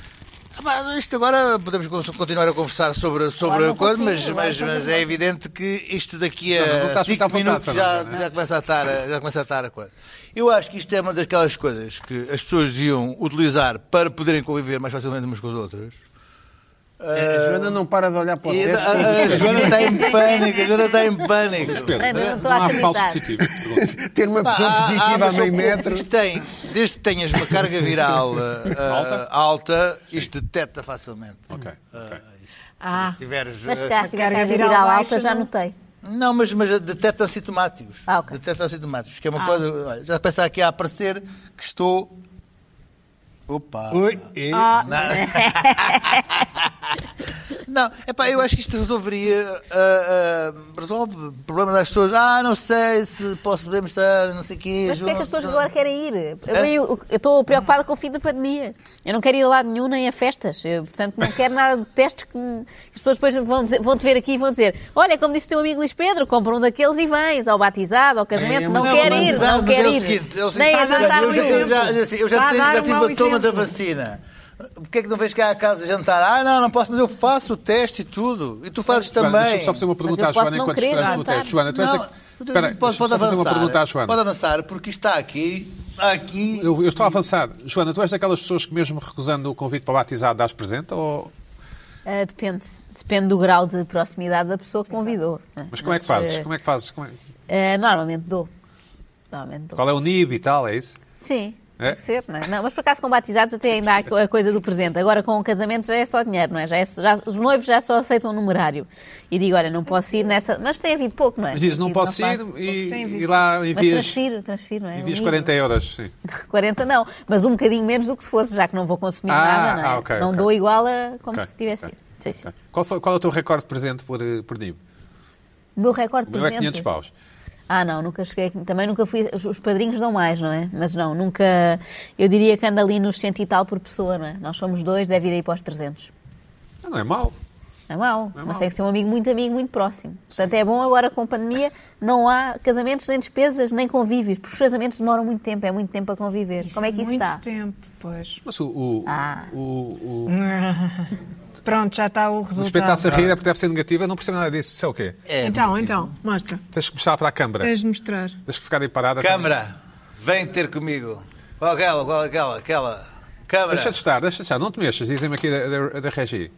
Speaker 5: Ah, pá, Isto agora podemos con- continuar a conversar sobre, sobre
Speaker 4: não
Speaker 5: a coisa,
Speaker 4: consigo,
Speaker 5: mas,
Speaker 4: agora
Speaker 5: mas,
Speaker 4: estamos
Speaker 5: mas
Speaker 4: a-
Speaker 5: é evidente que isto daqui
Speaker 1: Não, não, não está
Speaker 5: a
Speaker 1: a ficar à
Speaker 5: 5
Speaker 1: vontade,
Speaker 5: minutos já,
Speaker 1: Fernando, não é?
Speaker 5: já, começa a estar, a- já começa a estar a coisa. Eu acho que isto é uma daquelas coisas que as pessoas deviam utilizar para poderem conviver mais facilmente umas com as outras.
Speaker 2: A Joana não para de olhar para o
Speaker 5: E a,
Speaker 2: teste.
Speaker 5: a-
Speaker 1: tipo
Speaker 5: a Joana está em pânico, a Joana está em pânico.
Speaker 1: Pedro,
Speaker 4: É, Não, não estou a
Speaker 1: há falso
Speaker 4: acreditar.
Speaker 1: positivo. Pergunta.
Speaker 2: é Ter uma
Speaker 5: Pá,
Speaker 2: pessoa
Speaker 5: há- há-
Speaker 2: positiva a
Speaker 5: mas
Speaker 2: meio
Speaker 5: o-
Speaker 2: metro.
Speaker 5: Isto tem, desde que tenhas uma carga viral eh, eh,
Speaker 1: [LAUGHS] Alta?
Speaker 5: alta, isto detecta facilmente.
Speaker 1: Ok, ok.
Speaker 3: Ah,
Speaker 5: Se tiveres,
Speaker 4: Mas se
Speaker 5: eh,
Speaker 4: calhar se tiver
Speaker 3: carga
Speaker 4: carga
Speaker 3: viral
Speaker 4: viral
Speaker 3: baixa,
Speaker 4: alta, já
Speaker 3: não?
Speaker 4: notei.
Speaker 5: Não, mas, mas detectam sintomáticos.
Speaker 4: Ah, ok. Ah.
Speaker 5: Detectam sintomáticos, que é uma coisa. olha, Já começa aqui a aparecer que estou. Opa!
Speaker 2: Ui, e-
Speaker 5: Não, epá, eu acho que isto resolveria. ah, ah, resolve o problema das pessoas. Ah, não sei se posso beber, mas, ah, não sei o quê.
Speaker 4: Mas porquê é que as pessoas
Speaker 5: João-
Speaker 4: agora querem ir?
Speaker 5: É.
Speaker 4: Eu- Eu eu estou preocupada com o fim da pandemia. Eu não quero ir a lado nenhum, nem a festas. Eu, portanto, não quero nada de testes que me- que as pessoas depois vão, dizer- vão te ver aqui e vão dizer olha, como disse o teu amigo Luís Pedro, compra um daqueles e vens ao batizado, ao casamento.
Speaker 2: É,
Speaker 4: não
Speaker 2: mas-
Speaker 4: quero
Speaker 5: mas
Speaker 4: ir,
Speaker 5: exato,
Speaker 4: não
Speaker 5: mas
Speaker 4: quero
Speaker 5: é o
Speaker 4: ir.
Speaker 5: seguinte, é o seguinte,
Speaker 4: Nem um a
Speaker 5: eu já-
Speaker 4: jantar
Speaker 5: eu já-
Speaker 4: nenhum.
Speaker 5: eu já- eu já- eu já
Speaker 3: Está a
Speaker 5: tive-
Speaker 3: dar
Speaker 5: já
Speaker 3: um
Speaker 5: tive
Speaker 3: mau
Speaker 5: a toma da
Speaker 3: exemplo.
Speaker 5: vacina. Porquê é que não vens cá à casa jantar? Ah, não, não posso, mas eu faço o teste e tudo. E tu fazes
Speaker 1: Joana,
Speaker 5: também.
Speaker 1: Deixa-me só fazer uma pergunta à
Speaker 4: Mas eu posso
Speaker 1: Joana
Speaker 4: não
Speaker 1: enquanto
Speaker 4: querer
Speaker 1: esperamos o
Speaker 4: levantar.
Speaker 1: teste. Joana, tu és a...
Speaker 5: Não,
Speaker 1: Espera,
Speaker 5: pode- pode
Speaker 1: deixa-me só fazer uma
Speaker 5: avançar,
Speaker 1: pergunta à Joana.
Speaker 5: Pode avançar, porque isto está aqui, aqui.
Speaker 1: Eu, eu estou a avançar. Joana, tu és daquelas pessoas que mesmo recusando o convite para o batizado dás presente ou...
Speaker 4: Ah, depende. Depende do grau de proximidade da pessoa que convidou. não
Speaker 1: Mas como é que fazes? Como é que fazes? Como é-
Speaker 4: eh, normalmente dou. Normalmente dou.
Speaker 1: Qual é o NIB e tal, é isso?
Speaker 4: Sim,
Speaker 1: É?
Speaker 4: tem que ser, não é? Não, mas por acaso com batizados até ainda há co- a coisa do presente. Agora com o casamento já é só dinheiro, não é? Já é- já- os noivos já só aceitam o numerário. E digo, olha, não posso ir nessa... Mas tem havido pouco, não é?
Speaker 1: Mas dizes, não
Speaker 4: Sim,
Speaker 1: posso ir
Speaker 4: faço.
Speaker 1: e,
Speaker 3: Tem
Speaker 1: e
Speaker 3: visto.
Speaker 1: lá
Speaker 4: Mas
Speaker 1: envias,
Speaker 4: transfiro, transfiro, não é?
Speaker 1: envias
Speaker 4: Um
Speaker 1: 40
Speaker 4: [LAUGHS] mínimo.
Speaker 1: euros. Sim.
Speaker 4: 40 não, mas um bocadinho menos do que se fosse, já que não vou consumir
Speaker 1: Ah,
Speaker 4: nada, não é?
Speaker 1: ah, ok,
Speaker 4: não
Speaker 1: ok.
Speaker 4: dou igual a como
Speaker 1: Ok,
Speaker 4: se tivesse
Speaker 1: ok.
Speaker 4: ido. Sim, sim.
Speaker 1: Qual, foi, qual é o teu recorde de presente por, eh, por NIB?
Speaker 4: O meu recorde
Speaker 1: O meu é
Speaker 4: presente...
Speaker 1: 500 paus.
Speaker 4: Ah, não, nunca cheguei. Também nunca fui. os- Os padrinhos dão mais, não é? Mas não, nunca. Eu diria que anda ali nos cento e tal por pessoa, não é? Nós somos dois, deve ir aí para os 300.
Speaker 1: Ah, não é mau.
Speaker 4: É mau,
Speaker 1: É
Speaker 4: mas
Speaker 1: mau.
Speaker 4: tem que ser um amigo muito amigo, muito próximo. Portanto, é bom agora com a pandemia, não há casamentos, nem despesas, nem convívios, porque os casamentos demoram muito tempo, é muito tempo a conviver. Como é que isso
Speaker 3: muito
Speaker 4: está?
Speaker 3: tempo. Pois.
Speaker 1: Mas o. o,
Speaker 4: Ah,
Speaker 1: o- o-
Speaker 3: [LAUGHS] Pronto, já está o
Speaker 1: o respeito à
Speaker 3: resultado.
Speaker 1: sarrida, é porque deve ser negativa, não percebo nada disso. Isso é o quê?
Speaker 3: Então, então, mostra.
Speaker 1: Tens que puxar para a câmara.
Speaker 3: Tens de mostrar.
Speaker 1: Tens que ficar aí parada.
Speaker 5: Câmara, vem ter comigo. Qual aquela, qual aquela, aquela. Câmara.
Speaker 1: Deixa-te estar, deixa-te estar, não te mexas, dizem-me aqui da, da, da Regi.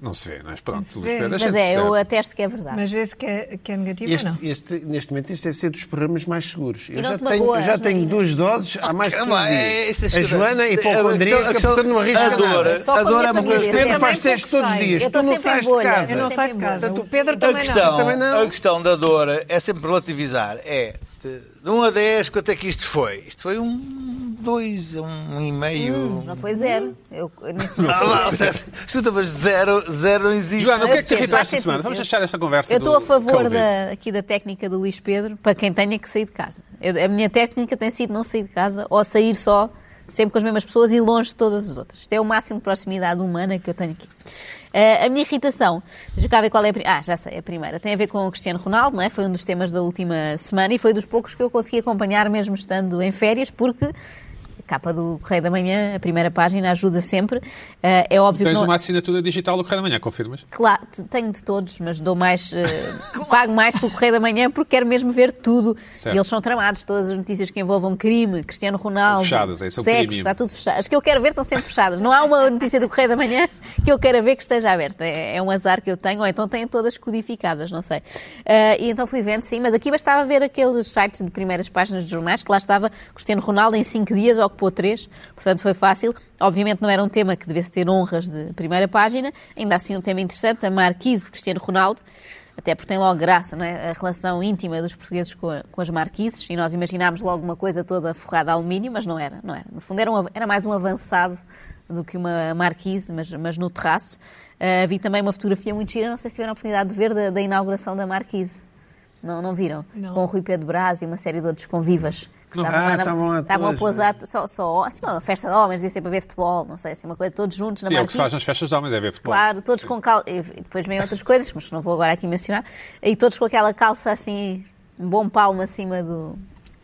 Speaker 1: Não se vê, mas pronto,
Speaker 3: se
Speaker 1: Luís
Speaker 3: vê.
Speaker 1: Pedro,
Speaker 3: Mas
Speaker 1: a
Speaker 4: Mas
Speaker 1: gente
Speaker 4: é, eu
Speaker 1: percebe.
Speaker 4: atesto que é verdade.
Speaker 3: Mas vê se que é, que é negativo
Speaker 2: Este,
Speaker 3: ou não.
Speaker 2: este- neste momento, este deve ser dos programas mais seguros. Eu
Speaker 4: E
Speaker 2: já
Speaker 4: não te
Speaker 2: tenho,
Speaker 4: magoas,
Speaker 2: já tenho
Speaker 4: Marina.
Speaker 2: duas doses há mais de 15
Speaker 5: Calma lá, é-
Speaker 2: dias.
Speaker 5: é- é-
Speaker 2: a Joana é hipocondríaca,
Speaker 5: a questão-
Speaker 2: portanto não arrisca
Speaker 5: a dor,
Speaker 2: nada.
Speaker 4: Só com a
Speaker 5: Adoro
Speaker 4: minha
Speaker 5: a boca-
Speaker 4: família.
Speaker 2: Pedro
Speaker 3: também
Speaker 2: faz testes
Speaker 3: pouco
Speaker 2: todos os
Speaker 3: sei.
Speaker 2: dias.
Speaker 4: Eu
Speaker 2: Tu
Speaker 4: estou
Speaker 2: não
Speaker 4: sempre
Speaker 2: sais
Speaker 4: em
Speaker 2: de
Speaker 4: bolha.
Speaker 2: casa.
Speaker 3: Eu não
Speaker 4: Sempre
Speaker 3: saio
Speaker 4: em
Speaker 3: de casa.
Speaker 4: bolha.
Speaker 3: O Pedro
Speaker 5: a
Speaker 3: também
Speaker 5: questão,
Speaker 3: não.
Speaker 2: Também não.
Speaker 5: a questão da dor é sempre relativizar. É de, de 1 a 10, quanto é que isto foi? Isto foi um 2, um e meio.
Speaker 2: Hum.
Speaker 4: Não foi zero. Eu, neste-
Speaker 5: Ah, lá, [LAUGHS] escuta, mas zero, zero existe.
Speaker 1: Joana, o que é que te
Speaker 4: Deve ser,
Speaker 1: irritou
Speaker 4: faz
Speaker 1: esta
Speaker 4: sentido.
Speaker 1: semana? Vamos deixar esta conversa.
Speaker 4: Eu estou
Speaker 1: do
Speaker 4: a favor
Speaker 1: Covid.
Speaker 4: da, aqui da técnica do Luís Pedro para quem tenha que sair de casa. Eu- a minha técnica tem sido não sair de casa ou sair só, sempre com as mesmas pessoas e longe de todas as outras. Isto é o máximo de proximidade humana que eu tenho aqui. Ah, a minha irritação, já cá ver qual é a primeira. Ah, já sei, a primeira. Tem a ver com o Cristiano Ronaldo, não é? Foi um dos temas da última semana e foi dos poucos que eu consegui acompanhar mesmo estando em férias, porque. a Capa do Correio da Manhã, a primeira página ajuda sempre. Ah, é óbvio
Speaker 1: Tens
Speaker 4: que não...
Speaker 1: uma assinatura digital do Correio da Manhã, confirmas?
Speaker 4: Claro, te- tenho de todos, mas dou mais, eh, pago mais pelo Correio da Manhã porque quero mesmo ver tudo.
Speaker 1: Certo.
Speaker 4: E eles são tramados, todas as notícias que envolvam crime, Cristiano Ronaldo,
Speaker 1: Estão fechadas, é isso, é o
Speaker 4: sexo,
Speaker 1: premium.
Speaker 4: está tudo fechado. As que eu quero ver estão sempre fechadas. Não há uma notícia do Correio da Manhã que eu queira ver que esteja aberta. É, é um azar que eu tenho, ou então têm todas codificadas, não sei. Eh, e então fui vendo, sim, mas aqui bastava ver aqueles sites de primeiras páginas de jornais que lá estava Cristiano Ronaldo em cinco dias ocupou três, portanto foi fácil. Obviamente não era um tema que devesse ter honras de primeira página, ainda assim um tema interessante, a marquise de Cristiano Ronaldo, até porque tem logo graça, não é? A relação íntima dos portugueses com, a- com as marquises, e nós imaginámos logo uma coisa toda forrada a alumínio, mas não era, não era. No fundo era, um av- era mais um avançado do que uma marquise, mas, mas no terraço. Ah, vi também uma fotografia muito gira, não sei se tiveram a oportunidade de ver, da, da inauguração da marquise. Não, não viram?
Speaker 3: Não.
Speaker 4: Com o Rui Pedro Brás e uma série de outros convivas. que
Speaker 1: Não.
Speaker 2: Ah,
Speaker 4: na-
Speaker 2: estavam lá
Speaker 4: estavam a
Speaker 2: todos, né?
Speaker 4: pousar, só, só assim, uma festa de homens, devia ser para ver futebol, não sei, assim, uma coisa, todos juntos na
Speaker 1: Sim, é o que se
Speaker 4: marquise.
Speaker 1: faz nas festas de homens, é ver futebol.
Speaker 4: Claro, todos com calça. Depois vêm outras coisas, mas não vou agora aqui mencionar. E todos com aquela calça assim, um bom palmo acima do,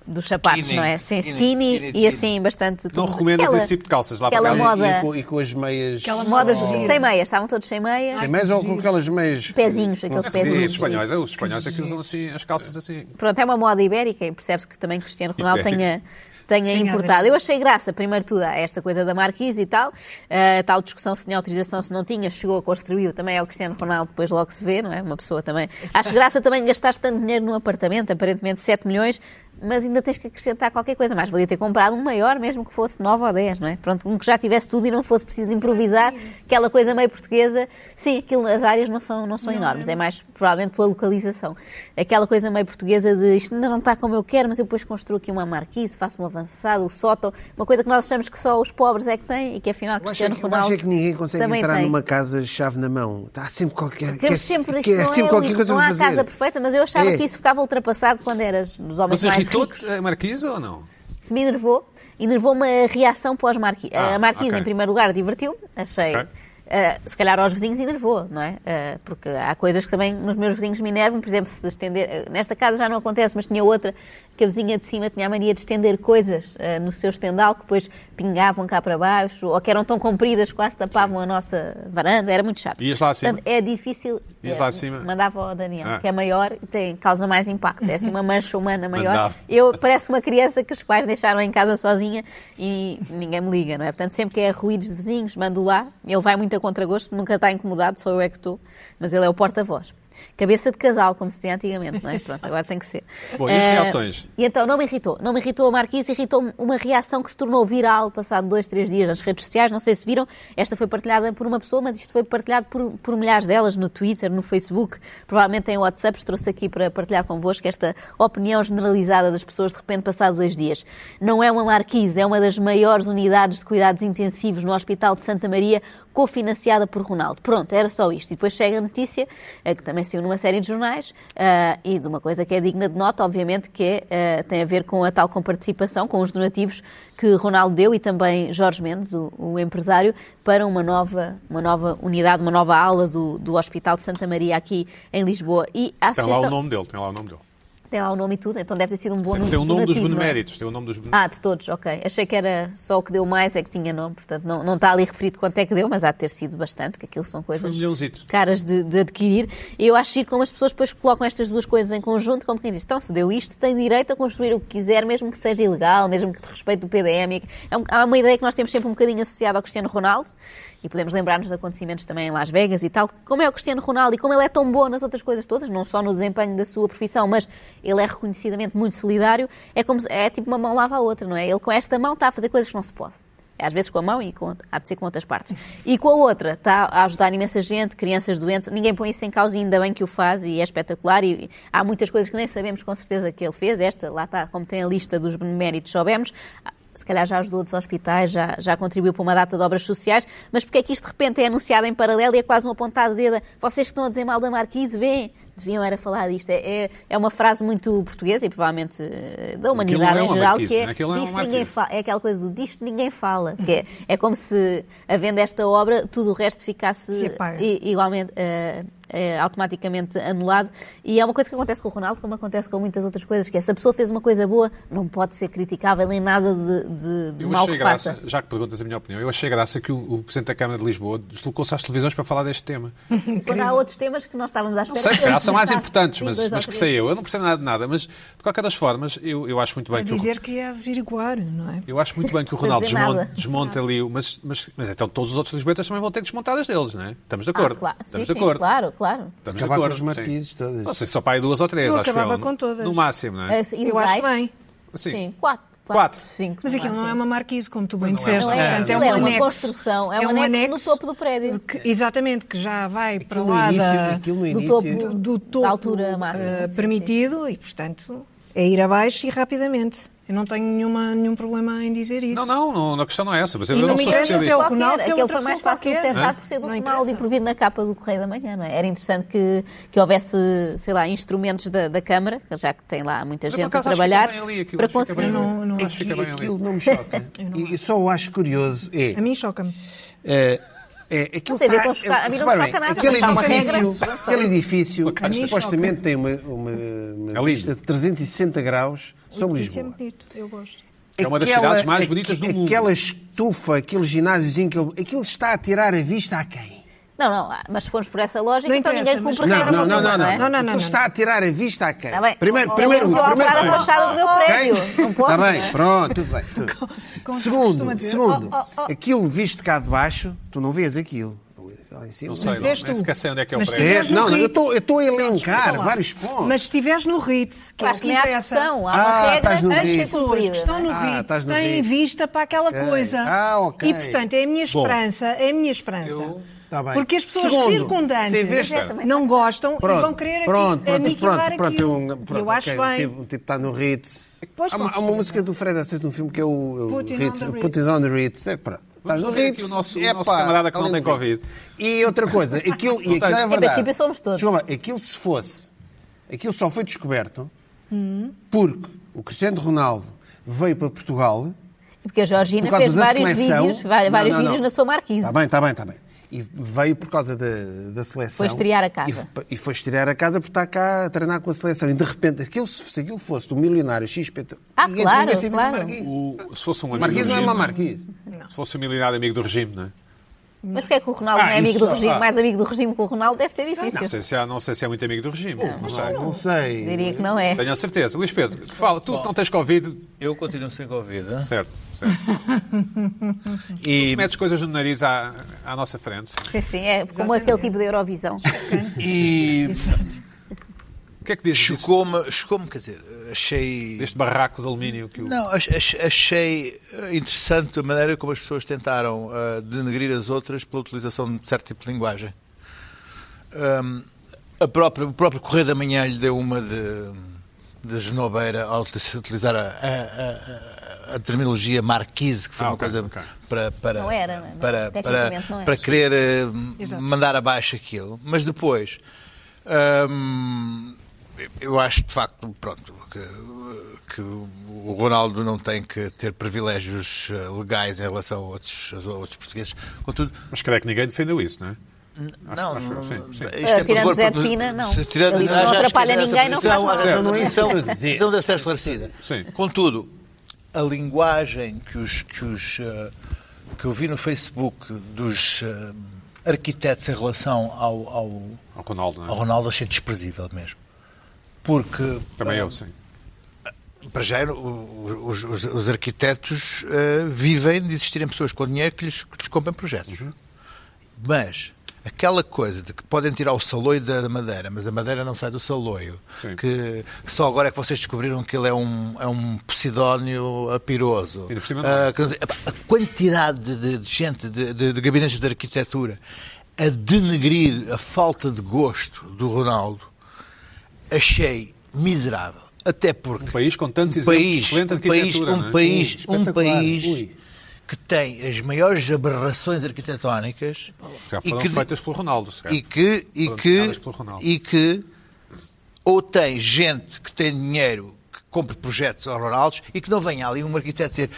Speaker 4: dos sapatos, não é? Sem
Speaker 5: skinny,
Speaker 4: skinny,
Speaker 5: skinny,
Speaker 4: e assim bastante.
Speaker 1: Não
Speaker 4: tudo.
Speaker 1: recomendas
Speaker 4: Aquela-
Speaker 1: esse tipo de calças lá para
Speaker 4: aquela
Speaker 1: casa?
Speaker 4: moda-
Speaker 2: E, com, e com as meias.
Speaker 3: Aquela
Speaker 4: Modas
Speaker 3: Oh.
Speaker 4: sem meias, estavam todos sem meias.
Speaker 2: Sem meias ou com aquelas meias.
Speaker 4: Pezinhos, aqueles
Speaker 2: Não se vê.
Speaker 1: Os
Speaker 4: pezinhos.
Speaker 1: espanhóis, é, os espanhóis é que usam assim, as calças assim.
Speaker 4: Pronto, é uma moda ibérica e percebe-se que também Cristiano Ronaldo tenha,
Speaker 1: Ibérica.
Speaker 4: tenha
Speaker 3: Tenha
Speaker 4: importado.
Speaker 3: havido.
Speaker 4: Eu achei graça, primeiro tudo, a esta coisa da Marquise e tal. eh, tal discussão se tinha autorização, se não tinha, chegou, construiu. Também é o Cristiano Ronaldo, depois logo se vê, não é? Uma pessoa também. Acho graça também gastar tanto dinheiro num apartamento, aparentemente 7 milhões, mas ainda tens que acrescentar qualquer coisa. Mais valia ter comprado um maior, mesmo que fosse 9 ou 10, não é? Pronto, um que já tivesse tudo e não fosse preciso improvisar, aquela coisa meio portuguesa. Sim, aquilo, as áreas não são, não são enormes, é mais provavelmente pela localização. Aquela coisa meio portuguesa de isto ainda não está como eu quero, mas eu depois construo aqui uma marquise, faço um avançado, um sótão, uma coisa que nós achamos que só os pobres é que têm e que
Speaker 2: Eu
Speaker 4: afinal
Speaker 2: acho, é
Speaker 4: Cristiano
Speaker 2: que, eu
Speaker 4: Ronaldo
Speaker 2: acho é que ninguém consegue
Speaker 4: também
Speaker 2: entrar
Speaker 4: tem.
Speaker 2: numa é casa chave na mão. Tá, Há sempre qualquer, quer,
Speaker 4: Queremos sempre,
Speaker 2: quer-
Speaker 4: isto não
Speaker 2: sempre
Speaker 4: é
Speaker 2: qualquer
Speaker 4: o-
Speaker 2: coisa
Speaker 4: não
Speaker 2: para
Speaker 4: há
Speaker 2: fazer.
Speaker 4: casa perfeita, mas eu achava
Speaker 2: É.
Speaker 4: que isso ficava ultrapassado quando eras dos homens
Speaker 1: Mas
Speaker 4: mais
Speaker 1: irritou-te
Speaker 4: ricos.
Speaker 1: a marquise ou não?
Speaker 4: se me enervou, enervou uma reação pós marquise.
Speaker 1: Ah,
Speaker 4: a marquise,
Speaker 1: ok.
Speaker 4: em primeiro lugar, divertiu, achei.
Speaker 1: Ok.
Speaker 4: eh, se calhar aos vizinhos enervou, não é? Eh, porque há coisas que também nos meus vizinhos me enervam, por exemplo, se estender. eh, nesta casa já não acontece, mas tinha outra que a vizinha de cima tinha a mania de estender coisas eh, no seu estendal que depois pingavam cá para baixo ou que eram tão compridas que quase tapavam a nossa varanda, era muito chato.
Speaker 1: Ias lá acima?
Speaker 4: Portanto, é difícil.
Speaker 1: Ias
Speaker 4: eh,
Speaker 1: lá acima?
Speaker 4: Mandava ao Daniel,
Speaker 1: Ah.
Speaker 4: que é maior e tem, causa mais impacto. É assim uma mancha humana maior.
Speaker 1: Mandava.
Speaker 4: Eu parece uma criança que os pais deixaram em casa sozinha e ninguém me liga, não é? Portanto, sempre que é ruídos de vizinhos, mando lá. Ele vai muito a contragosto, nunca está incomodado, sou eu é que estou. Mas ele é o porta-voz. Cabeça de casal, como se dizia antigamente, não é? Pronto, agora tem que ser.
Speaker 1: Bom, e as
Speaker 4: Eh,
Speaker 1: reaças?
Speaker 4: e então não me irritou. Não me irritou a Marquise, irritou-me uma reação que se tornou viral passado dois, três dias nas redes sociais. Não sei se viram, esta foi partilhada por uma pessoa, mas isto foi partilhado por, por milhares delas no Twitter, no Facebook, provavelmente em WhatsApp. Trouxe aqui para partilhar convosco esta opinião generalizada das pessoas de repente passados dois dias. Não é uma Marquise, é uma das maiores unidades de cuidados intensivos no Hospital de Santa Maria, cofinanciada por Ronaldo. Pronto, era só isto. E depois chega a notícia, eh, que também saiu numa série de jornais, ah, e de uma coisa que é digna de nota, obviamente, que é, eh, tem a ver com a tal comparticipação, com os donativos que Ronaldo deu e também Jorge Mendes, o, o empresário, para uma nova, uma nova unidade, uma nova ala do, do Hospital de Santa Maria aqui em Lisboa. E a
Speaker 1: Tem lá o
Speaker 4: associação...
Speaker 1: nome dele, tem lá o nome dele.
Speaker 4: Tem lá o nome e tudo, então deve ter sido um bom
Speaker 1: Tem o nome dos
Speaker 4: donativo, não é?
Speaker 1: beneméritos. Tem o nome dos beneméritos.
Speaker 4: Ah, de todos, ok. Achei que era só o que deu mais é que tinha nome, portanto não, não está ali referido quanto é que deu, mas há de ter sido bastante, que aquilo são
Speaker 1: Foi um
Speaker 4: coisas
Speaker 1: milhãozito.
Speaker 4: caras de, de adquirir. E eu acho giro como as pessoas depois colocam estas duas coisas em conjunto, como quem diz, então se deu isto, tem direito a construir o que quiser, mesmo que seja ilegal, mesmo que de respeito do PDM. É um- há uma ideia que nós temos sempre um bocadinho associada ao Cristiano Ronaldo, e podemos lembrar-nos de acontecimentos também em Las Vegas e tal, como é o Cristiano Ronaldo e como ele é tão bom nas outras coisas todas, não só no desempenho da sua profissão, mas ele é reconhecidamente muito solidário, é, como, se- é tipo uma mão lava a outra, não é? Ele com esta mão está a fazer coisas que não se pode. É às vezes com a mão e com, há de ser com outras partes. E com a outra, está a ajudar imensa gente, crianças doentes, ninguém põe isso em causa e ainda bem que o faz e é espetacular. E, e há muitas coisas que nem sabemos com certeza que ele fez. Esta, lá está, como tem a lista dos beneméritos, soubemos. Se calhar já ajudou dos hospitais, já, já contribuiu para uma data de obras sociais, mas porque é que isto de repente é anunciado em paralelo e é quase uma pontada de dedo? Vocês que estão a dizer mal da Marquise, vêem, deviam era falar disto. É, é, é uma frase muito portuguesa e provavelmente eh, da
Speaker 1: Mas aquilo
Speaker 4: humanidade
Speaker 1: não é
Speaker 4: em
Speaker 1: uma
Speaker 4: geral,
Speaker 1: Marquise,
Speaker 4: que é,
Speaker 1: né? Aquilo é uma
Speaker 4: disto ninguém
Speaker 1: Marquise.
Speaker 4: fa- é aquela coisa do disto ninguém fala, que é, é como se, havendo esta obra, tudo o resto ficasse
Speaker 3: Se apaga.
Speaker 4: i- igualmente, eh, eh, automaticamente anulado. E é uma coisa que acontece com o Ronaldo, como acontece com muitas outras coisas, que é se a pessoa fez uma coisa boa, não pode ser criticável em nada de, de- de
Speaker 1: Eu
Speaker 4: mal
Speaker 1: achei
Speaker 4: que
Speaker 1: graça,
Speaker 4: faça.
Speaker 1: já que perguntas a minha opinião, eu achei graça que o, o Presidente da Câmara de Lisboa deslocou-se às televisões para falar deste tema.
Speaker 4: Quando há outros temas que nós estávamos à espera.
Speaker 1: Não sei, se
Speaker 4: que ele
Speaker 1: calhar são mais
Speaker 4: tratasse,
Speaker 1: importantes,
Speaker 4: sim,
Speaker 1: mas,
Speaker 4: dois ou
Speaker 1: mas que
Speaker 4: três.
Speaker 1: sei eu. Eu não percebo nada de nada, mas de qualquer das formas, eu, eu acho muito
Speaker 3: Para
Speaker 1: bem que o,
Speaker 3: dizer que ia averiguar, não é?
Speaker 1: eu acho muito bem que o
Speaker 4: Não
Speaker 1: Ronaldo
Speaker 4: dizer
Speaker 1: desmonte,
Speaker 4: nada.
Speaker 1: desmonte ali, o- mas, mas, mas então todos os outros Lisboetas também vão ter que desmontar as deles, não é? Estamos de
Speaker 4: Ah,
Speaker 1: acordo.
Speaker 4: claro. Sim,
Speaker 1: Estamos
Speaker 4: sim,
Speaker 1: de acordo.
Speaker 4: claro, claro.
Speaker 1: Estamos
Speaker 2: Acabar
Speaker 1: de
Speaker 2: com
Speaker 1: acordo.
Speaker 2: os marquises
Speaker 1: sim.
Speaker 2: todas.
Speaker 1: Não sei, só para aí duas ou três,
Speaker 3: Eu
Speaker 1: acho
Speaker 3: acabava
Speaker 1: eu.
Speaker 3: com todas.
Speaker 1: No máximo, não é?
Speaker 4: Eh, se- e
Speaker 3: Eu acho
Speaker 4: legais?
Speaker 3: bem.
Speaker 1: Sim.
Speaker 4: Sim, quatro.
Speaker 1: Quatro.
Speaker 4: cinco,
Speaker 3: Mas
Speaker 4: no
Speaker 3: aquilo não é
Speaker 4: máximo.
Speaker 3: uma marquise, como tu bem disseste.
Speaker 4: Não é,
Speaker 3: portanto, é,
Speaker 4: aquilo
Speaker 3: um
Speaker 4: é uma
Speaker 3: anexo.
Speaker 4: construção, é um anexo no topo do prédio.
Speaker 3: que- exatamente, que já vai para
Speaker 2: Aquilo no
Speaker 3: lá da,
Speaker 2: início- aquilo no
Speaker 4: do
Speaker 2: início-
Speaker 4: topo.
Speaker 3: do, do
Speaker 4: Da
Speaker 3: topo
Speaker 4: altura máxima,
Speaker 3: eh,
Speaker 4: sim,
Speaker 3: permitido e, portanto, é ir abaixo e rapidamente. Eu não tenho nenhuma, nenhum problema em dizer
Speaker 1: Não,
Speaker 3: isso.
Speaker 1: não, não, a questão não é essa, mas eu,
Speaker 3: E
Speaker 1: eu não
Speaker 3: não me
Speaker 1: sou
Speaker 3: interessa se
Speaker 1: especialista.
Speaker 3: é o Ronaldo, se é
Speaker 4: aquele
Speaker 3: outra
Speaker 4: foi mais
Speaker 3: pessoa
Speaker 4: fácil de
Speaker 3: qualquer,
Speaker 4: tentar
Speaker 3: não é?
Speaker 4: por ser do
Speaker 3: Não
Speaker 4: Ronaldo e
Speaker 3: interessa.
Speaker 4: por vir na capa do Correio da Manhã, não é? Era interessante que, que houvesse, sei lá, instrumentos da, da Câmara, já que tem lá muita
Speaker 1: Mas, por
Speaker 4: gente a
Speaker 1: acaso, acho que
Speaker 4: trabalhar,
Speaker 1: fica bem ali, aquilo,
Speaker 4: para
Speaker 1: acho que fica
Speaker 4: conseguir.
Speaker 1: bem ali.
Speaker 3: Não, não
Speaker 1: Acho que fica bem ali.
Speaker 2: Aquilo não
Speaker 1: [LAUGHS]
Speaker 2: me choca. E e só o acho curioso é.
Speaker 3: A mim choca-me.
Speaker 2: É, é, aquilo
Speaker 4: Não tem a ver
Speaker 2: tá-
Speaker 4: com chocar. A mim não
Speaker 2: repara
Speaker 4: choca
Speaker 2: bem,
Speaker 4: nada,
Speaker 2: Aquele
Speaker 4: mas há uma regra,
Speaker 2: edifício,
Speaker 4: segurança.
Speaker 2: aquele edifício
Speaker 1: caixa de
Speaker 2: supostamente tem uma, uma, uma
Speaker 1: É lindo.
Speaker 2: vista de 360 graus sobre
Speaker 3: Isso é
Speaker 2: Lisboa.
Speaker 3: bonito, eu gosto.
Speaker 1: É uma das cidades mais bonitas do
Speaker 2: aque-
Speaker 1: mundo.
Speaker 2: Aquela estufa, aquele ginásio, aquilo, aquilo está a tirar a vista a quem?
Speaker 4: Não, não, ah, mas se formos por essa lógica,
Speaker 3: Não
Speaker 4: então
Speaker 3: interessa,
Speaker 4: ninguém
Speaker 3: mas-
Speaker 4: cumpre regra
Speaker 2: não, não,
Speaker 4: nenhuma,
Speaker 2: não,
Speaker 4: não é?
Speaker 3: não, não,
Speaker 2: Aquilo
Speaker 3: não.
Speaker 2: está a tirar a vista a quem?
Speaker 4: Está bem.
Speaker 2: Primeiro,
Speaker 4: Não,
Speaker 2: primeiro,
Speaker 4: não vou alterar a
Speaker 2: primeiro.
Speaker 4: fachada do meu prédio. Não posso.
Speaker 2: Está
Speaker 4: não
Speaker 2: bem,
Speaker 4: é?
Speaker 2: pronto, tudo bem.
Speaker 3: [LAUGHS]
Speaker 2: tudo.
Speaker 3: como se costuma
Speaker 2: Segundo,
Speaker 3: dizer.
Speaker 2: segundo,
Speaker 3: Oh, oh, oh.
Speaker 2: aquilo visto cá de baixo, tu não vês aquilo. Lá em cima.
Speaker 1: Não sei,
Speaker 3: Mas
Speaker 1: não,
Speaker 3: és
Speaker 1: nem
Speaker 3: tu.
Speaker 1: sequer sei onde é que é o
Speaker 3: Mas
Speaker 1: prédio.
Speaker 3: se
Speaker 2: É,
Speaker 3: és no
Speaker 2: não, não, eu
Speaker 3: Ritz.
Speaker 2: estou a elencar
Speaker 3: Sei lá.
Speaker 2: vários pontos.
Speaker 3: Mas se estiveres no Ritz, que
Speaker 4: Eu
Speaker 3: é o
Speaker 4: acho que nem há
Speaker 3: interessa,
Speaker 4: discussão. Há
Speaker 2: Ah,
Speaker 4: uma regra
Speaker 2: estás no
Speaker 4: que tem que
Speaker 3: as
Speaker 4: ser
Speaker 2: Ritz.
Speaker 3: pessoas que
Speaker 4: cumprida. não
Speaker 3: estão
Speaker 4: é?
Speaker 3: no
Speaker 2: Ah,
Speaker 3: Ritz
Speaker 2: estás no
Speaker 3: têm
Speaker 2: Ritz.
Speaker 3: vista para aquela
Speaker 2: Ok.
Speaker 3: coisa.
Speaker 2: Ah, ok.
Speaker 3: E, portanto, é a minha
Speaker 1: Bom.
Speaker 3: esperança. É a minha esperança.
Speaker 2: Tá bem.
Speaker 3: Porque as pessoas
Speaker 2: Segundo,
Speaker 3: circundantes
Speaker 2: se vês-
Speaker 3: não gostam Então, e
Speaker 2: Pronto,
Speaker 3: vão querer
Speaker 2: pronto,
Speaker 3: aqui,
Speaker 2: pronto,
Speaker 3: aniquilar
Speaker 2: pronto, pronto,
Speaker 3: aquilo.
Speaker 2: eu- pronto,
Speaker 3: eu acho
Speaker 2: ok,
Speaker 3: bem.
Speaker 2: O tipo- o tipo está no Ritz.
Speaker 3: Pois,
Speaker 2: há,
Speaker 3: com
Speaker 2: uma, há uma
Speaker 3: certeza.
Speaker 2: música do Fred Assist num filme que é o, o
Speaker 3: Putin
Speaker 2: Ritz,
Speaker 3: on the Ritz.
Speaker 2: Putin on the Ritz. É, pronto. Estás no
Speaker 1: ver aqui
Speaker 2: Ritz.
Speaker 1: o nosso- o
Speaker 2: é
Speaker 1: nosso
Speaker 2: pá,
Speaker 1: camarada que não
Speaker 2: além
Speaker 1: tem
Speaker 2: do Ritz. E outra
Speaker 1: [LAUGHS]
Speaker 2: coisa, aquilo, e aquilo é verdade.
Speaker 4: princípio somos todos.
Speaker 2: Desculpa, aquilo se fosse, aquilo só foi descoberto
Speaker 3: Hum.
Speaker 2: porque o Cristiano Ronaldo veio para Portugal
Speaker 4: Porque a Georgina
Speaker 2: por causa
Speaker 4: fez
Speaker 2: da
Speaker 4: vários
Speaker 2: seleção.
Speaker 4: vídeos, va-
Speaker 2: Não,
Speaker 4: vários
Speaker 2: não,
Speaker 4: vídeos
Speaker 2: não.
Speaker 4: na sua marquise.
Speaker 2: Está bem, está bem, está bem. E veio por causa da, da seleção.
Speaker 4: Foi estrear a
Speaker 2: E
Speaker 4: casa.
Speaker 2: f- E, foi estrear a casa porque está cá a treinar com a seleção. E de repente, aquilo, se se aquilo fosse do milionário XPT.
Speaker 4: Ah,
Speaker 2: ninguém-
Speaker 4: claro,
Speaker 2: ninguém sabia do
Speaker 4: claro.
Speaker 2: Marquise.
Speaker 1: O- se fosse um amigo
Speaker 2: Marquise
Speaker 1: do
Speaker 2: não é
Speaker 1: regime,
Speaker 2: uma Marquise.
Speaker 1: se fosse um milionário amigo do regime, não é?
Speaker 4: Mas porque é que o Ronaldo
Speaker 2: Ah,
Speaker 4: não é amigo
Speaker 2: isso,
Speaker 4: do regime?
Speaker 2: ah.
Speaker 4: Mais amigo do regime que o Ronaldo deve ser
Speaker 1: Não sei
Speaker 4: difícil.
Speaker 1: se, há, não sei se é muito amigo do regime. Não, sei.
Speaker 2: Não sei.
Speaker 4: Diria que não é.
Speaker 1: Tenho a certeza. Luís Pedro, fala, tu não tens Covid,
Speaker 5: Eu continuo sem Covid. hã?
Speaker 1: certo? certo.
Speaker 5: E,
Speaker 1: Metes coisas no nariz à, à nossa frente.
Speaker 4: Sim, sim, é como aquele tipo de Eurovisão.
Speaker 5: e
Speaker 1: O que é que dizes disso?
Speaker 5: chocou-me, chocou-me, quer dizer, achei.
Speaker 1: deste barraco de alumínio que o...
Speaker 5: Não, ach- ach- achei eh, interessante a maneira como as pessoas tentaram eh, denegrir as outras pela utilização de certo tipo de linguagem. Ahm, a própria, o próprio Correio da Manhã lhe deu uma de, de genobeira ao utiliz- utilizar a, a- a- a terminologia marquise, que foi
Speaker 1: Ah,
Speaker 5: uma
Speaker 1: ok,
Speaker 5: coisa
Speaker 1: ok.
Speaker 5: para, para,
Speaker 4: Não era, não-
Speaker 5: para, para,
Speaker 4: tecnicamente não era.
Speaker 5: para querer eh,
Speaker 3: Exato.
Speaker 5: mandar abaixo aquilo. Mas depois, hum, eu acho de facto, pronto, que, que o Ronaldo não tem que ter privilégios eh, legais em relação a outros, a outros portugueses. Contudo,
Speaker 1: Mas creio que ninguém defendeu isso, não é?
Speaker 5: Não,
Speaker 1: acho
Speaker 5: não, É,
Speaker 1: que sim, sim.
Speaker 5: isto
Speaker 4: Eh,
Speaker 5: por
Speaker 4: tirando
Speaker 5: cor,
Speaker 4: Zé
Speaker 5: porque-
Speaker 4: Pina, não.
Speaker 5: se tirando-
Speaker 4: Ele disse, não
Speaker 5: acho que
Speaker 4: atrapalha
Speaker 5: essa é
Speaker 4: ninguém, não faz
Speaker 5: posição-
Speaker 4: mal.
Speaker 5: essa
Speaker 4: Certo.
Speaker 5: posição-
Speaker 2: Certo.
Speaker 5: essa posição deve ser esclarecida.
Speaker 1: Sim.
Speaker 5: Contudo, a linguagem que, os, que, os, eh, que eu vi no Facebook dos eh, arquitetos em relação ao, ao,
Speaker 1: Ao Ronaldo,
Speaker 5: ao
Speaker 1: não é?
Speaker 5: Ronaldo achei desprezível mesmo. Porque
Speaker 1: Também eu, sim.
Speaker 5: para já, o- o- os, os- os arquitetos eh, vivem de existirem pessoas com dinheiro que lhes, que lhes comprem projetos.
Speaker 1: Uhum.
Speaker 5: Mas aquela coisa de que podem tirar o saloio da da madeira, mas a madeira não sai do saloio,
Speaker 1: Sim.
Speaker 5: que só agora é que vocês descobriram que ele é um, é um posidónio apiroso.
Speaker 1: Ainda por cima
Speaker 5: Ah,
Speaker 1: não.
Speaker 5: Quer dizer, A quantidade de, de- de gente, de, de- de gabinetes de arquitetura, a denegrir a falta de gosto do Ronaldo, achei miserável. Até porque.
Speaker 1: Um país com tantos
Speaker 5: um
Speaker 1: exemplos de
Speaker 5: país,
Speaker 1: excelente
Speaker 5: um país,
Speaker 1: arquitetura,
Speaker 5: um
Speaker 1: não é?
Speaker 5: país,
Speaker 2: Sim,
Speaker 5: um
Speaker 2: espetacular.
Speaker 5: país
Speaker 2: Ui.
Speaker 5: que tem as maiores aberrações arquitetónicas
Speaker 1: Já
Speaker 5: e
Speaker 1: foram
Speaker 5: que,
Speaker 1: feitas pelo Ronaldo, se calhar.
Speaker 5: e que, e
Speaker 1: Foram
Speaker 5: que,
Speaker 1: desenhadas pelo Ronaldo.
Speaker 5: e que ou tem gente que tem dinheiro que compre projetos ao Ronaldos e que não venha ali um arquiteto dizer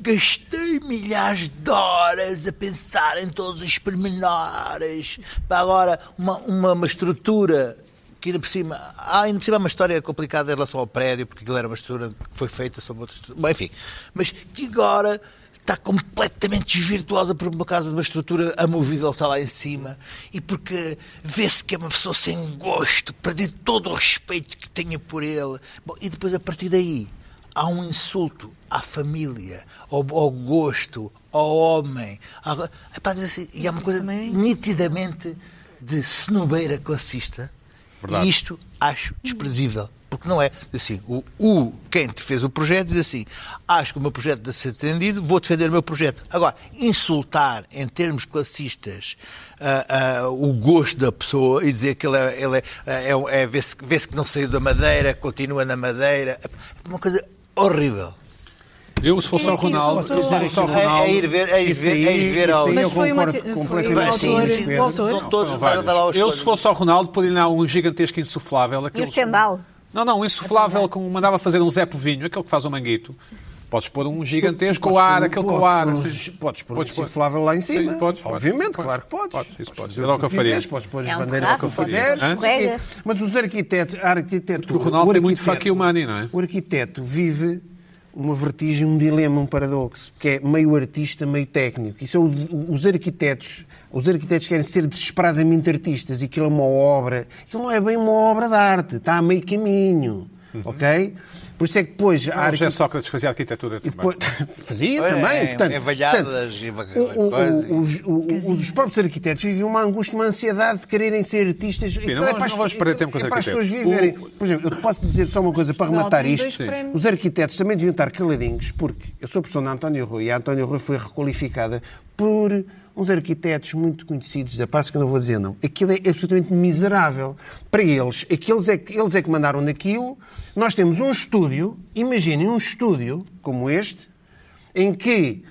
Speaker 5: gastei milhares de horas a pensar em todos os pormenores para agora uma, uma, uma estrutura que ainda por cima há ainda por cima há uma história complicada em relação ao prédio porque aquilo era uma estrutura que foi feita sobre outra estrutura Bom, enfim, mas que agora está completamente desvirtuada por uma casa de uma estrutura amovível está lá em cima e porque vê-se que é uma pessoa sem gosto, perdido todo o respeito que tenha por ele. Bom, e depois a partir daí há um insulto à família, ao, ao gosto, ao homem. À... Epá, diz assim, e há uma coisa
Speaker 3: Também.
Speaker 5: nitidamente de snobeira classista.
Speaker 1: Verdade.
Speaker 5: E isto acho desprezível. Porque não é assim, o, o- quem te fez o projeto diz assim, acho que o meu projeto deve ser defendido, vou defender o meu projeto. Agora, insultar em termos classistas ah, ah, o gosto da pessoa e dizer que ele é, ele é- é um- é- vê-se vê-se que não saiu da madeira, continua na madeira, é uma coisa horrível.
Speaker 1: Eu, se fosse
Speaker 3: Quem
Speaker 1: ao
Speaker 3: é que isso
Speaker 1: Ronaldo, se
Speaker 3: sou?
Speaker 1: fosse ao
Speaker 2: É-
Speaker 5: É,
Speaker 1: Ronaldo...
Speaker 5: é ir ver, é ir
Speaker 2: Isso
Speaker 5: ver, é
Speaker 2: aí-
Speaker 5: ir ver
Speaker 2: isso
Speaker 5: ao...
Speaker 2: aí
Speaker 3: Mas
Speaker 2: eu
Speaker 3: foi uma
Speaker 2: concordo
Speaker 3: te-
Speaker 2: completamente
Speaker 3: foi o
Speaker 2: com
Speaker 3: autor-
Speaker 2: os Pedro.
Speaker 3: o autor.
Speaker 5: Não todos,
Speaker 1: Foram
Speaker 5: vai-
Speaker 1: vários.
Speaker 5: vai lá aos
Speaker 1: Eu,
Speaker 5: coisas.
Speaker 1: se fosse ao Ronaldo, podia lhe dar um gigantesco insuflável. aquele-
Speaker 4: estendal?
Speaker 1: Não, não, um insuflável como mandava fazer um Zé Povinho, aquele que faz o manguito. Podes pôr um gigantesco
Speaker 2: Podes
Speaker 1: ar,
Speaker 2: pôr um-
Speaker 1: aquele
Speaker 2: podes
Speaker 1: com ar.
Speaker 2: pôr um-
Speaker 1: assim.
Speaker 2: podes pôr um insuflável lá em cima. Obviamente, claro que podes.
Speaker 1: Isso podes.
Speaker 2: fazer
Speaker 1: Era o que eu
Speaker 2: tu
Speaker 1: faria.
Speaker 2: quiseres, Podes pôr as
Speaker 4: É um
Speaker 2: bandeiras
Speaker 4: terraço,
Speaker 2: que
Speaker 4: podes
Speaker 2: fizeres.
Speaker 1: pôr
Speaker 2: não sei o quê.
Speaker 4: escorregas.
Speaker 2: Mas os arquitetos, a arquitetura...
Speaker 1: Porque o Ronaldo tem muito
Speaker 2: arquiteto-
Speaker 1: faca humana, não é?
Speaker 2: O arquiteto vive uma vertigem, um dilema, um paradoxo, que é meio artista, meio técnico. Isso é o- os arquitetos. Os arquitetos querem ser desesperadamente artistas e aquilo é uma obra. Aquilo não é bem uma obra de arte, está a meio caminho.
Speaker 1: Uhum.
Speaker 2: Ok? Por isso é que depois há
Speaker 1: Ah, o José
Speaker 2: arquitetos.
Speaker 1: Sócrates fazia arquitetura
Speaker 2: E
Speaker 1: também.
Speaker 2: depois, [LAUGHS] fazia
Speaker 5: É,
Speaker 2: também,
Speaker 5: é,
Speaker 2: portanto.
Speaker 5: é valhadas
Speaker 2: portanto,
Speaker 5: e vaca-
Speaker 2: o- o-
Speaker 5: coisas.
Speaker 2: o- os- o- os- os próprios arquitetos vivem uma angústia, uma ansiedade de quererem ser artistas. Aquilo
Speaker 1: vamos-
Speaker 2: para as-
Speaker 1: não vamos perder tempo com os
Speaker 2: é para as pessoas
Speaker 1: arquitetos.
Speaker 2: viverem. Por exemplo, eu te posso dizer só uma coisa para
Speaker 3: Portugal
Speaker 2: rematar
Speaker 3: tem
Speaker 2: isto.
Speaker 3: dois Sim. prémios.
Speaker 2: Os arquitetos também deviam estar caladinhos, porque eu sou professor de António Rui e a António Rui foi requalificada por uns arquitetos muito conhecidos da paz que eu não vou dizer não. Aquilo é absolutamente miserável. Para eles, aqueles é que, eles é que mandaram naquilo. Nós temos um estúdio, imaginem um estúdio como este, em que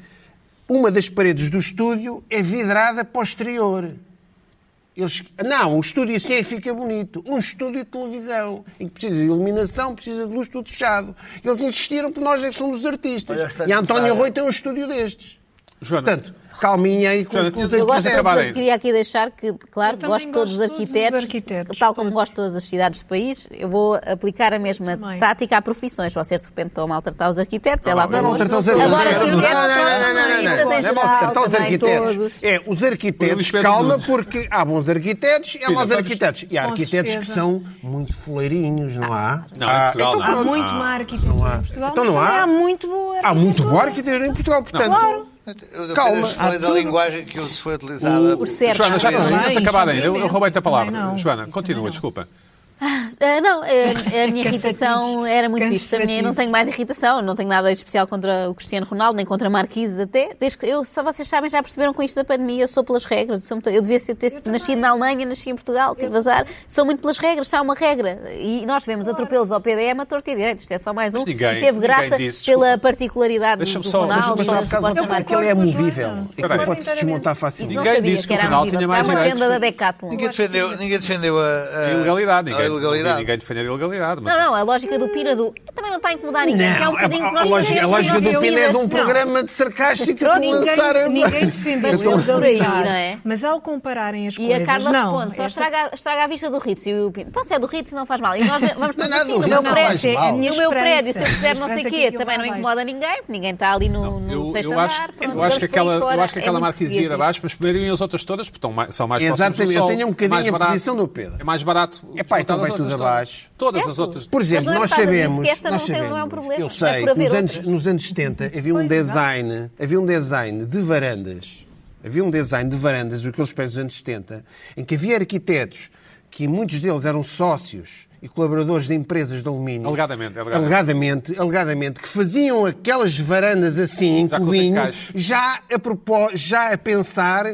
Speaker 2: uma das paredes do estúdio é vidrada para o exterior. Eles, não, o estúdio assim é que fica bonito. Um estúdio de televisão, em que precisa de iluminação, precisa de luz, tudo fechado. Eles insistiram porque nós é que somos os
Speaker 5: Olha,
Speaker 2: artistas.
Speaker 5: está
Speaker 2: E António
Speaker 5: deputada.
Speaker 2: Rui tem um estúdio destes.
Speaker 1: Joana,
Speaker 2: Portanto, calminha aí com,
Speaker 1: Joana,
Speaker 2: com os
Speaker 1: eu
Speaker 4: Eu
Speaker 1: Mas
Speaker 4: gosto
Speaker 1: é
Speaker 4: de
Speaker 2: arquitetos.
Speaker 1: trabalho.
Speaker 4: queria aqui deixar que, claro,
Speaker 3: Eu
Speaker 4: gosto,
Speaker 3: também gosto
Speaker 4: de todos os
Speaker 3: de todos os
Speaker 4: arquitetos,
Speaker 3: arquitetos,
Speaker 4: tal como
Speaker 3: todos.
Speaker 4: gosto de todas as cidades do país, eu vou aplicar a mesma
Speaker 3: Também.
Speaker 4: tática a profissões. Vocês de repente estão a maltratar os arquitetos, é lá
Speaker 2: Não,
Speaker 4: para
Speaker 2: não,
Speaker 4: longe.
Speaker 2: tratar Ah, os
Speaker 4: Agora,
Speaker 2: arquitetos.
Speaker 3: os
Speaker 2: Não, não, não,
Speaker 4: arquitetos,
Speaker 2: não, não,
Speaker 4: urbanistas
Speaker 2: não,
Speaker 4: em
Speaker 2: não. É mal
Speaker 4: geral,
Speaker 2: tratar os
Speaker 4: também,
Speaker 2: arquitetos.
Speaker 4: todos.
Speaker 2: É, os
Speaker 1: Por
Speaker 2: arquitetos,
Speaker 1: Lisbeth
Speaker 2: calma,
Speaker 1: Nunes.
Speaker 2: porque há bons arquitetos e há maus
Speaker 1: vamos-
Speaker 2: arquitetos. E há
Speaker 3: Com
Speaker 2: arquitetos que
Speaker 3: certeza.
Speaker 2: são muito foleirinhos, não há?
Speaker 1: Não, em
Speaker 2: Há-
Speaker 1: Portugal
Speaker 2: então
Speaker 1: não.
Speaker 3: Há
Speaker 2: pronto.
Speaker 3: muito má arquitetura em Portugal,
Speaker 2: Então
Speaker 3: mas
Speaker 2: não há.
Speaker 3: também há muito boa
Speaker 2: Há muito boa
Speaker 3: arquitetura.
Speaker 2: arquitetura em Portugal, portanto.
Speaker 3: Claro.
Speaker 5: Eu
Speaker 2: Calma.
Speaker 5: apenas falei
Speaker 3: Há
Speaker 5: da
Speaker 3: Ah, tudo.
Speaker 5: linguagem que hoje foi utilizada.
Speaker 4: Os certos.
Speaker 1: Joana, já
Speaker 4: Também.
Speaker 1: não não se acabar ainda. Eu, eu roubei-te a
Speaker 3: Também
Speaker 1: palavra.
Speaker 3: não.
Speaker 1: Joana,
Speaker 3: Isso
Speaker 1: continua,
Speaker 3: também não.
Speaker 1: desculpa.
Speaker 4: Ah, não, eh, a minha
Speaker 3: Cansativo.
Speaker 4: irritação era muito isto. A minha,
Speaker 3: Cansativo.
Speaker 4: não tenho mais irritação, não tenho nada de especial contra o Cristiano Ronaldo, nem contra Marquises até. Desde que eu, só vocês sabem, já perceberam com isto da pandemia, eu sou pelas regras. eu sou muito- eu devia ser, ter nascido na Alemanha, nasci em Portugal, tive azar. Sou muito pelas regras, há uma regra. E nós vemos atropelos ao PDM a torta e direito. Isto é só mais um.
Speaker 1: Mas ninguém-
Speaker 4: e teve graça
Speaker 1: ninguém disse,
Speaker 4: pela
Speaker 1: desculpa.
Speaker 4: particularidade do,
Speaker 1: Deixa-me
Speaker 4: do
Speaker 1: só-
Speaker 4: Ronaldo.
Speaker 1: deixa-me
Speaker 2: Mas
Speaker 1: só-
Speaker 4: e
Speaker 2: há
Speaker 4: dos
Speaker 2: bocado
Speaker 4: supostos
Speaker 2: voltamos
Speaker 3: concordo
Speaker 2: àquele é
Speaker 3: com a
Speaker 2: movível.
Speaker 3: Joana.
Speaker 2: Aquilo
Speaker 1: Espera aí.
Speaker 2: pode-se desmontar
Speaker 4: Isso
Speaker 2: facilmente.
Speaker 4: não
Speaker 1: Ninguém
Speaker 4: sabia
Speaker 1: disse
Speaker 4: que
Speaker 1: que
Speaker 4: era
Speaker 1: o Ronaldo
Speaker 4: horrível.
Speaker 1: tinha
Speaker 4: Há
Speaker 1: mais
Speaker 4: uma
Speaker 1: direitos.
Speaker 4: tenda da Decathlon.
Speaker 5: Ninguém defendeu, ninguém defendeu a, a-
Speaker 2: É,
Speaker 1: A ilegalidade. Ninguém,
Speaker 5: a ilegalidade.
Speaker 1: Ninguém defendeu a ilegalidade. Mas
Speaker 4: Não, não, a lógica do Pina do. Eu também não não está a incomodar ninguém, que é assim, um bocadinho
Speaker 2: a,
Speaker 4: que nós
Speaker 2: lógica, a
Speaker 4: fazemos
Speaker 2: lógica
Speaker 4: nas
Speaker 2: do Pina é de um
Speaker 4: reuniões.
Speaker 2: programa de sarcástico que
Speaker 3: Ninguém,
Speaker 2: lançaram.
Speaker 3: ninguém defende
Speaker 4: Mas
Speaker 3: o Diogo
Speaker 4: eu por aí,
Speaker 3: Gonçalo.
Speaker 4: não é?
Speaker 3: Mas ao compararem as
Speaker 4: E
Speaker 3: coisas,
Speaker 4: a Carla
Speaker 3: não,
Speaker 4: responde, só
Speaker 2: É
Speaker 3: esta-
Speaker 4: estraga, estraga a vista do Ritz. E o Pino, então se é do Ritz não faz mal. E nós vamos
Speaker 2: Não,
Speaker 4: todos
Speaker 2: não, é
Speaker 4: assim,
Speaker 2: do
Speaker 4: no
Speaker 2: Ritz
Speaker 4: meu
Speaker 2: não
Speaker 4: prédio.
Speaker 2: faz mal.
Speaker 3: A minha
Speaker 4: No meu prédio, se eu
Speaker 3: esperança-
Speaker 4: fizer não
Speaker 3: esperança é
Speaker 4: sei o
Speaker 3: que
Speaker 4: quê,
Speaker 3: aquilo
Speaker 4: também
Speaker 3: vá
Speaker 4: não
Speaker 3: bem.
Speaker 4: incomoda ninguém, ninguém está ali no, no
Speaker 1: Eu,
Speaker 4: sexto
Speaker 1: eu acho,
Speaker 4: andar. pronto,
Speaker 1: eu acho que
Speaker 4: vamos sair
Speaker 1: aquela,
Speaker 4: fora.
Speaker 1: eu acho que
Speaker 4: É
Speaker 1: aquela
Speaker 4: muito
Speaker 1: marca de
Speaker 4: português
Speaker 1: ir abaixo, mas primeiro as outras todas, porque estão mais- são mais próximas do
Speaker 2: Exatamente,
Speaker 1: sol.
Speaker 2: eu tenho um bocadinho
Speaker 1: mais
Speaker 2: a
Speaker 1: barato,
Speaker 2: posição do Pedro.
Speaker 1: É mais barato.
Speaker 2: Epá,
Speaker 1: botar
Speaker 2: então
Speaker 1: as
Speaker 2: vai
Speaker 1: outras
Speaker 2: tudo
Speaker 1: todas.
Speaker 2: abaixo.
Speaker 1: Todas
Speaker 4: Certo.
Speaker 1: as outras.
Speaker 2: Por
Speaker 4: Mas
Speaker 2: exemplo,
Speaker 4: não é
Speaker 2: nós
Speaker 4: por causa disso
Speaker 2: sabemos.
Speaker 4: que esta
Speaker 2: nós
Speaker 4: não tem- não é um
Speaker 2: sabemos-
Speaker 4: problema,
Speaker 2: Eu
Speaker 4: é por
Speaker 2: sei,
Speaker 4: haver
Speaker 2: nos anos,
Speaker 4: outras.
Speaker 2: nos anos 70 havia um
Speaker 3: Pois, exato.
Speaker 2: design, havia um design de varandas, havia um design de varandas, o que eu espero dos anos 70, em que havia arquitetos que muitos deles eram sócios e colaboradores de empresas de alumínio.
Speaker 1: Alegadamente, alegadamente.
Speaker 2: Alegadamente, alegadamente, que faziam aquelas varandas assim, em
Speaker 1: Já com os
Speaker 2: colinho,
Speaker 1: encaixes.
Speaker 2: já a, propó- já a pensar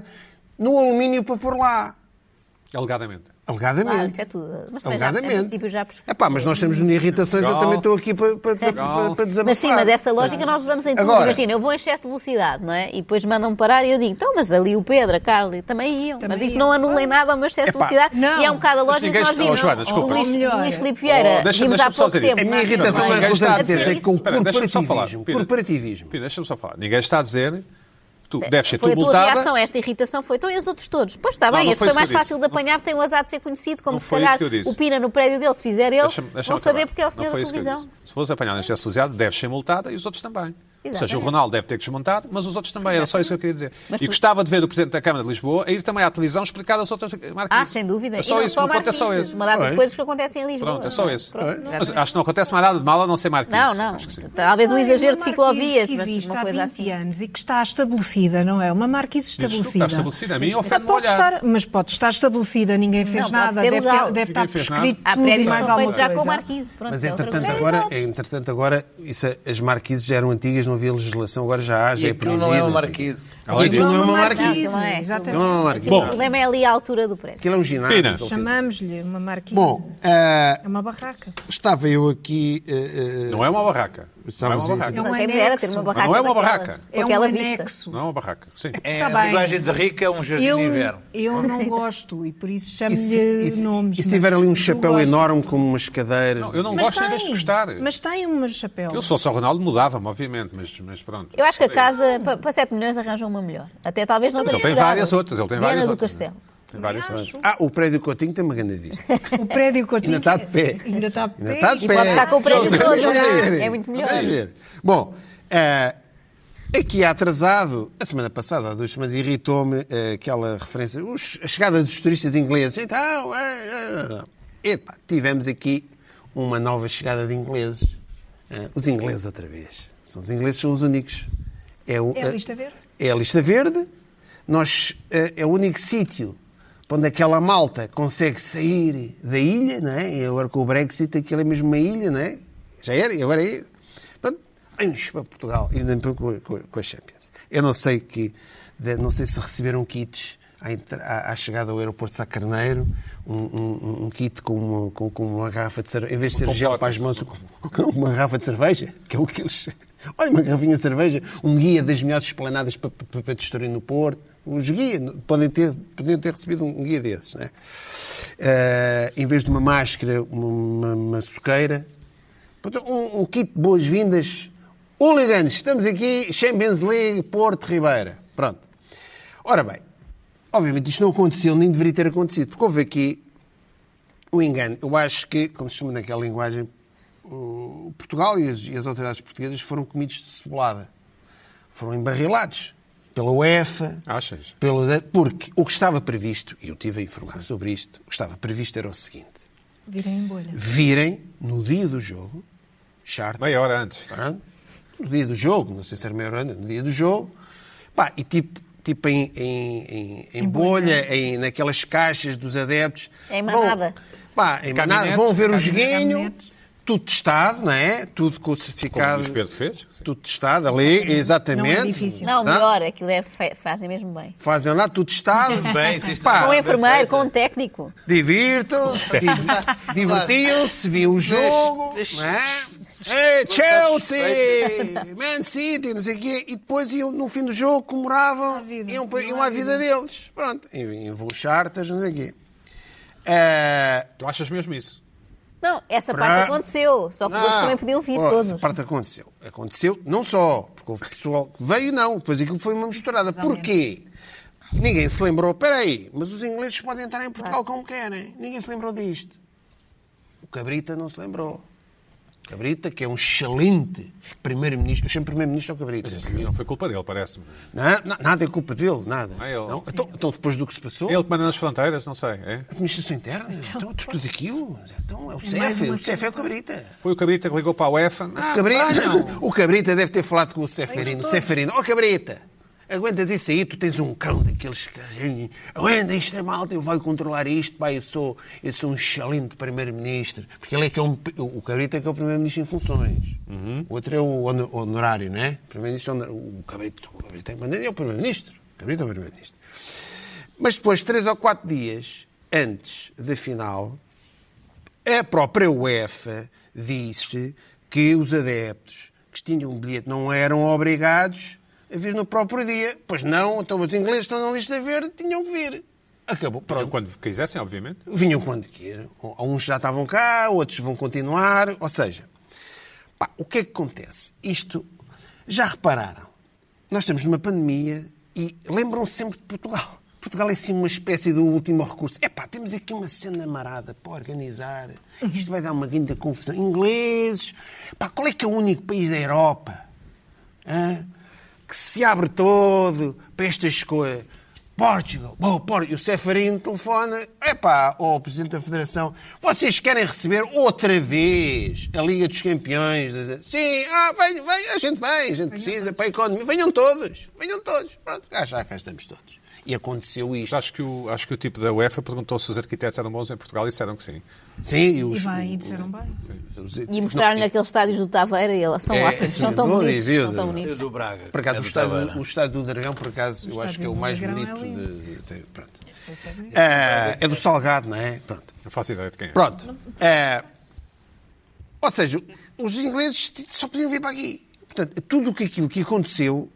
Speaker 2: no alumínio para pôr lá.
Speaker 1: Alegadamente.
Speaker 2: Alegadamente.
Speaker 4: Claro, isso é tudo.
Speaker 2: um
Speaker 4: Mas também já, a
Speaker 2: Alegadamente.
Speaker 4: princípio já pres-
Speaker 2: Epá, mas nós temos de irritações, eu
Speaker 1: Portugal.
Speaker 2: também estou aqui para, para, para,
Speaker 1: Portugal.
Speaker 2: para desabafar.
Speaker 4: Mas sim, mas essa lógica nós usamos em tudo.
Speaker 2: Agora-
Speaker 4: Imagina, eu vou em excesso de velocidade, não é? E depois mandam parar e eu digo, então, mas ali o Pedro, a Carla, também iam.
Speaker 3: Também
Speaker 4: mas isso
Speaker 3: iam.
Speaker 4: não anula em nada ao meu excesso de
Speaker 2: Epá.
Speaker 4: velocidade.
Speaker 3: Não.
Speaker 4: E é um bocado a
Speaker 1: Mas
Speaker 4: lógica que
Speaker 1: ninguém
Speaker 4: nós
Speaker 1: está- oh,
Speaker 4: vimos.
Speaker 1: Joana,
Speaker 4: O
Speaker 1: desculpa.
Speaker 4: Luís,
Speaker 3: Melhor.
Speaker 4: Luís Felipe Vieira,
Speaker 1: Oh, deixa-
Speaker 4: vimos há
Speaker 1: deixa-me só
Speaker 4: pouco
Speaker 1: dizer isto.
Speaker 4: tempo.
Speaker 2: A minha
Speaker 4: não é?
Speaker 2: irritação não é
Speaker 4: Ninguém
Speaker 2: com os
Speaker 4: está a
Speaker 2: dados,
Speaker 4: dizer
Speaker 2: é
Speaker 4: isso.
Speaker 2: com o
Speaker 1: Espera, deixa-me só falar.
Speaker 2: corporativismo.
Speaker 1: Pina,
Speaker 2: Corporativismo.
Speaker 1: Pina, deixa-me só falar. Ninguém está a dizer. Tu deves ser
Speaker 4: Foi a tua
Speaker 1: tumultada.
Speaker 4: reação a esta irritação, foi então e os outros todos? Pois está
Speaker 1: Não,
Speaker 4: bem,
Speaker 1: não
Speaker 4: este
Speaker 1: foi
Speaker 4: foi
Speaker 1: isso
Speaker 4: mais
Speaker 1: que eu
Speaker 4: fácil de
Speaker 1: disse.
Speaker 4: apanhar, tem o azar de ser conhecido, como
Speaker 1: Não
Speaker 4: se
Speaker 1: foi isso
Speaker 4: calhar
Speaker 1: que eu disse.
Speaker 4: o Pina no prédio dele, se fizer ele,
Speaker 1: Deixa-me- deixa-me
Speaker 4: Então, vão saber
Speaker 1: acabar.
Speaker 4: porque é o senhor
Speaker 1: Não
Speaker 4: da
Speaker 1: foi isso que eu
Speaker 4: televisão.
Speaker 1: disse. Se fosse apanhado em excesso de velocidade, deve ser multada e os outros também. Ou seja, o
Speaker 4: Exatamente.
Speaker 1: Ronaldo deve ter desmontado, mas os outros também. Era só isso que eu queria dizer.
Speaker 4: Mas
Speaker 1: e
Speaker 4: tu-
Speaker 1: gostava de ver o Presidente da Câmara de Lisboa a ir também à televisão explicar as outras marcas.
Speaker 4: Ah, sem dúvida.
Speaker 1: É
Speaker 4: e
Speaker 1: só
Speaker 4: não
Speaker 1: isso.
Speaker 4: só
Speaker 1: O meu ponto é só
Speaker 4: Marquinhos,
Speaker 1: esse.
Speaker 4: Uma data de
Speaker 2: Pois.
Speaker 4: coisas que acontecem em Lisboa.
Speaker 1: Pronto, é só esse.
Speaker 4: Pronto, já
Speaker 1: Mas
Speaker 4: sei.
Speaker 1: acho que não acontece mais nada de mal a não ser marquinhos.
Speaker 4: Não, não.
Speaker 1: Acho que sim.
Speaker 4: Talvez um
Speaker 3: Olha, uma
Speaker 4: exagero de
Speaker 3: marca
Speaker 4: ciclovias,
Speaker 3: é que
Speaker 4: mas
Speaker 3: existe
Speaker 4: uma coisa
Speaker 3: há 20
Speaker 4: assim.
Speaker 3: anos e que está estabelecida, não é? Uma marca
Speaker 1: Diz tu que
Speaker 3: estabelecida.
Speaker 1: está estabelecida. A mim ofende-me
Speaker 3: pode
Speaker 1: olhar.
Speaker 3: estar, mas pode estar estabelecida, ninguém fez
Speaker 4: Não, pode
Speaker 3: nada,
Speaker 4: ser
Speaker 3: deve,
Speaker 4: legal.
Speaker 3: ter- deve estar
Speaker 1: Ninguém fez nada.
Speaker 3: prescrito
Speaker 4: Há
Speaker 3: tudo e
Speaker 4: prédios que
Speaker 3: mais
Speaker 4: são
Speaker 3: alguma
Speaker 4: feitos já com
Speaker 3: coisa.
Speaker 4: Marquise. Pronto,
Speaker 2: Mas
Speaker 4: é outra
Speaker 2: entretanto
Speaker 4: coisa.
Speaker 2: agora, entretanto agora isso, é, as marquises já eram antigas, não havia legislação, agora já há, já
Speaker 5: E
Speaker 2: é
Speaker 5: aquilo não é
Speaker 2: proibido,
Speaker 5: uma
Speaker 2: sei o quê.
Speaker 5: marquise.
Speaker 1: Além
Speaker 2: E aquilo
Speaker 1: disso,
Speaker 2: não é uma
Speaker 4: Não,
Speaker 2: marquise.
Speaker 4: aquilo não é.
Speaker 3: Exatamente.
Speaker 2: Não é uma
Speaker 4: Aquilo-
Speaker 2: marquise.
Speaker 4: O problema é ali a altura do prédio.
Speaker 2: Aquilo é um
Speaker 1: Pina.
Speaker 2: ginásio.
Speaker 3: Chamamos-lhe uma marquise.
Speaker 2: Bom, ah,
Speaker 3: É uma barraca.
Speaker 2: estava eu aqui... ah, ah,
Speaker 1: Não é uma barraca. Não é
Speaker 2: Estávamos
Speaker 1: uma
Speaker 2: a-
Speaker 1: barraca.
Speaker 3: um
Speaker 4: Quem me dera ter
Speaker 3: anexo.
Speaker 4: uma
Speaker 1: Mas não é uma
Speaker 4: daquelas,
Speaker 1: barraca.
Speaker 4: com
Speaker 3: É um
Speaker 4: aquela vista.
Speaker 3: anexo.
Speaker 1: Não é uma barraca. Sim.
Speaker 5: É,
Speaker 3: Tá
Speaker 5: a
Speaker 3: bem.
Speaker 5: linguagem de rica é um jardim
Speaker 3: Eu,
Speaker 5: de inverno.
Speaker 3: eu não gosto e por isso
Speaker 2: e se-
Speaker 3: chamo-lhe
Speaker 2: e se-
Speaker 3: nomes.
Speaker 2: e se tiver
Speaker 3: mas
Speaker 2: ali um
Speaker 3: tu
Speaker 2: chapéu
Speaker 3: gostas.
Speaker 2: enorme com umas cadeiras...
Speaker 1: Não, eu não
Speaker 3: Mas
Speaker 1: gosto é deste
Speaker 3: tem,
Speaker 1: gostar.
Speaker 3: Mas tem um chapéu.
Speaker 1: Eu sou só Ronaldo, mudava-me, obviamente, mas, mas pronto.
Speaker 4: Eu acho que a casa, pa- para 7 milhões, arranjam uma melhor. Até talvez
Speaker 3: É
Speaker 4: não
Speaker 1: Mas
Speaker 4: tenha
Speaker 1: ele tem
Speaker 4: cidade.
Speaker 1: várias outras. Ele tem
Speaker 4: Viana
Speaker 1: várias
Speaker 4: do
Speaker 1: outras.
Speaker 4: Castelo.
Speaker 1: Tem várias
Speaker 3: Também
Speaker 1: outras.
Speaker 2: Ah, o prédio Coutinho tem uma grande vista.
Speaker 3: O prédio que eu tinha-
Speaker 2: Ainda está de pé.
Speaker 3: Ainda está de pé.
Speaker 2: Ainda está de
Speaker 4: tá E
Speaker 2: pé.
Speaker 4: pode estar com o prédio
Speaker 1: José,
Speaker 4: todo.
Speaker 1: vamos a
Speaker 4: não
Speaker 1: isto.
Speaker 4: é? É muito melhor.
Speaker 2: Vamos ver. Bom, eh, aqui há atrasado, a semana passada, há duas semanas, irritou-me eh, aquela referência, os- a chegada dos turistas ingleses. Então, eh, eh, epá, tivemos aqui uma nova chegada de ingleses. Eh, os ingleses outra vez. São os ingleses são os únicos. o-
Speaker 3: É a lista verde?
Speaker 2: É a lista verde. Nós, eh, é o único sítio onde aquela malta consegue sair da ilha, não é? E agora com o Brexit aquilo é mesmo uma ilha, não é? Já era, e agora é. Pronto, vamos para Portugal e ainda com, com, com as Champions. Eu não sei que. de- não sei se receberam kits à, entra- à- à chegada ao aeroporto de Sacarneiro, um, um- um- um kit com uma, com, com uma garrafa de cerveja. Em vez de ser gel para as mãos, com- com uma garrafa de cerveja, que é o que eles. [LAUGHS] Olha, uma garrafinha de cerveja, um guia das melhores esplanadas para, para, para destruir no Porto. Os guias podem ter, podiam ter recebido um guia desses, não é? Eh, em vez de uma máscara, uma, uma, uma suqueira. Portanto, Um, um kit de boas-vindas. Hooligans, estamos aqui, Champions League, Porto, Ribeira. Pronto. Ora bem, obviamente isto não aconteceu, nem deveria ter acontecido, porque houve aqui um engano. Eu acho que, como se chama naquela linguagem, o Portugal e as, e as autoridades portuguesas foram comidos de cebolada. Foram embarrilados pela UEFA,
Speaker 1: Achas?
Speaker 2: pelo, porque o que estava previsto, e eu estive a informar sobre isto, o que estava previsto era o seguinte:
Speaker 3: Virem em bolha.
Speaker 2: virem no dia do jogo, charter,
Speaker 1: Meia hora antes.
Speaker 2: pronto, no dia do jogo, não sei se era meia hora, antes, no dia do jogo, pá, e tipo, tipo em, em, em- em bolha, em, naquelas caixas dos adeptos.
Speaker 4: Em
Speaker 2: vão-
Speaker 4: manada.
Speaker 2: pá, em
Speaker 1: Caminhonete,
Speaker 2: manada, vão ver o
Speaker 1: caminhonete.
Speaker 2: joguinho, tudo testado, não é? Tudo com
Speaker 1: Como
Speaker 2: o
Speaker 1: o
Speaker 2: certificado.
Speaker 1: Luís Pedro fez. Sim.
Speaker 2: Tudo testado ali, exatamente.
Speaker 3: difícil.
Speaker 4: Não,
Speaker 2: tá?
Speaker 4: melhor, aquilo é, fe- fazem mesmo bem.
Speaker 2: Fazem lá, tudo testado.
Speaker 5: Bem, existe-
Speaker 2: Pá,
Speaker 1: Ah,
Speaker 4: Com um
Speaker 5: bem
Speaker 4: enfermeiro,
Speaker 5: feito.
Speaker 4: com um técnico.
Speaker 2: Divirtam-se, div- divertiam-se, viam o jogo,
Speaker 5: Deixe-
Speaker 2: não é? É, Chelsea, Man City, não sei o quê, e depois iam, no fim do jogo comemoravam,
Speaker 3: vida,
Speaker 2: iam, pa-
Speaker 3: não
Speaker 2: iam
Speaker 3: há
Speaker 2: à vida deles. Pronto, iam iam voos chartas, não sei o quê. Ah,
Speaker 1: Tu achas mesmo isso?
Speaker 4: Não, Essa parte
Speaker 2: Pra-
Speaker 4: aconteceu, só que os
Speaker 1: Ah,
Speaker 4: outros
Speaker 2: Não.
Speaker 4: também podiam vir,
Speaker 2: Olha,
Speaker 4: todos.
Speaker 2: Ah, Essa parte aconteceu. Aconteceu, não só, porque houve pessoal que veio, não, depois aquilo foi uma misturada. Porquê? Ninguém se lembrou, peraí, mas os ingleses podem entrar em Portugal como querem. Ninguém se lembrou disto. O Cabrita não se lembrou. O Cabrita, que é um excelente primeiro-ministro, eu chamo primeiro-ministro ao Cabrita.
Speaker 1: Mas é assim. isso não foi culpa dele, parece-me.
Speaker 2: Não, não, nada é culpa dele, nada.
Speaker 1: Ah, ele.
Speaker 2: Não, então, então, depois do que se passou,
Speaker 1: Ele que manda nas fronteiras, não sei. É?
Speaker 2: administração interna, então, tudo aquilo, então é o
Speaker 3: mais
Speaker 2: CEF,
Speaker 3: uma
Speaker 2: o CEF é o Cabrita.
Speaker 1: Foi o Cabrita que ligou para a UEFA. Ah,
Speaker 2: Cabrita,
Speaker 1: venham.
Speaker 2: [LAUGHS] o Cabrita deve ter falado com o Seferino. Seferino, ó Cabrita, aguentas isso aí? Tu tens um cão daqueles que. Aguenta, isto é malta, eu vou controlar isto, pá, eu sou, eu sou um excelente primeiro-ministro. Porque ele é que é um. O Cabrita é que é o primeiro-ministro em funções. O outro é o hono- honorário, não é? Primeiro-ministro honor- O Cabrita, o Cabrita é mandante, é o primeiro-ministro. O Cabrita é o primeiro-ministro. Mas depois, três ou quatro dias antes da final, a própria UEFA disse que os adeptos que tinham um bilhete não eram obrigados a vir no próprio dia. Pois não, então os ingleses estão na lista verde, tinham que vir. Acabou, pronto.
Speaker 1: Quando quisessem, obviamente.
Speaker 2: Vinham quando queiram. Uns já estavam cá, outros vão continuar. Ou seja, pá, o que é que acontece? Isto, já repararam? Nós estamos numa pandemia e lembram-se sempre de Portugal. Portugal é assim uma espécie do último recurso. É pá, temos aqui uma cena marada para organizar. Isto vai dar uma grande confusão. Ingleses, pá, qual é que é o único país da Europa hã, que se abre todo para estas coisas. Portugal, bom, Por- e o Seferino telefona, epá, ó Presidente da Federação, vocês querem receber outra vez a Liga dos Campeões? Sim, ah, vem, vem, a gente vem, a gente precisa para a economia, venham todos, venham todos, pronto, cá já cá estamos todos. E aconteceu
Speaker 1: Mas
Speaker 2: isto.
Speaker 1: Acho que, o, acho que o tipo da UEFA perguntou se os arquitetos eram bons em Portugal e disseram que sim.
Speaker 2: Sim, e
Speaker 3: E
Speaker 2: os...
Speaker 3: vai, e disseram bem.
Speaker 2: os-
Speaker 4: E mostraram-lhe aqueles estádios do Taveira e ela, são
Speaker 2: É,
Speaker 4: ótimos, são tão
Speaker 2: não
Speaker 4: bonitos.
Speaker 2: dizia,
Speaker 4: São tão
Speaker 2: não.
Speaker 5: Eu
Speaker 4: bonitos.
Speaker 5: do Braga.
Speaker 2: Por acaso,
Speaker 5: é
Speaker 2: o
Speaker 5: do
Speaker 2: estádio,
Speaker 5: Taveira.
Speaker 2: o estádio do Dragão, por acaso, eu acho
Speaker 3: estádio
Speaker 2: que é o
Speaker 3: do
Speaker 2: mais
Speaker 3: Dragão
Speaker 2: bonito.
Speaker 3: é lindo.
Speaker 2: de- de- pronto. Ah, é do Salgado, não é? Pronto.
Speaker 1: Não faço ideia de quem é.
Speaker 2: Pronto. Eh, ou seja, os ingleses t- só podiam vir para aqui. Portanto, tudo o que- aquilo que aconteceu,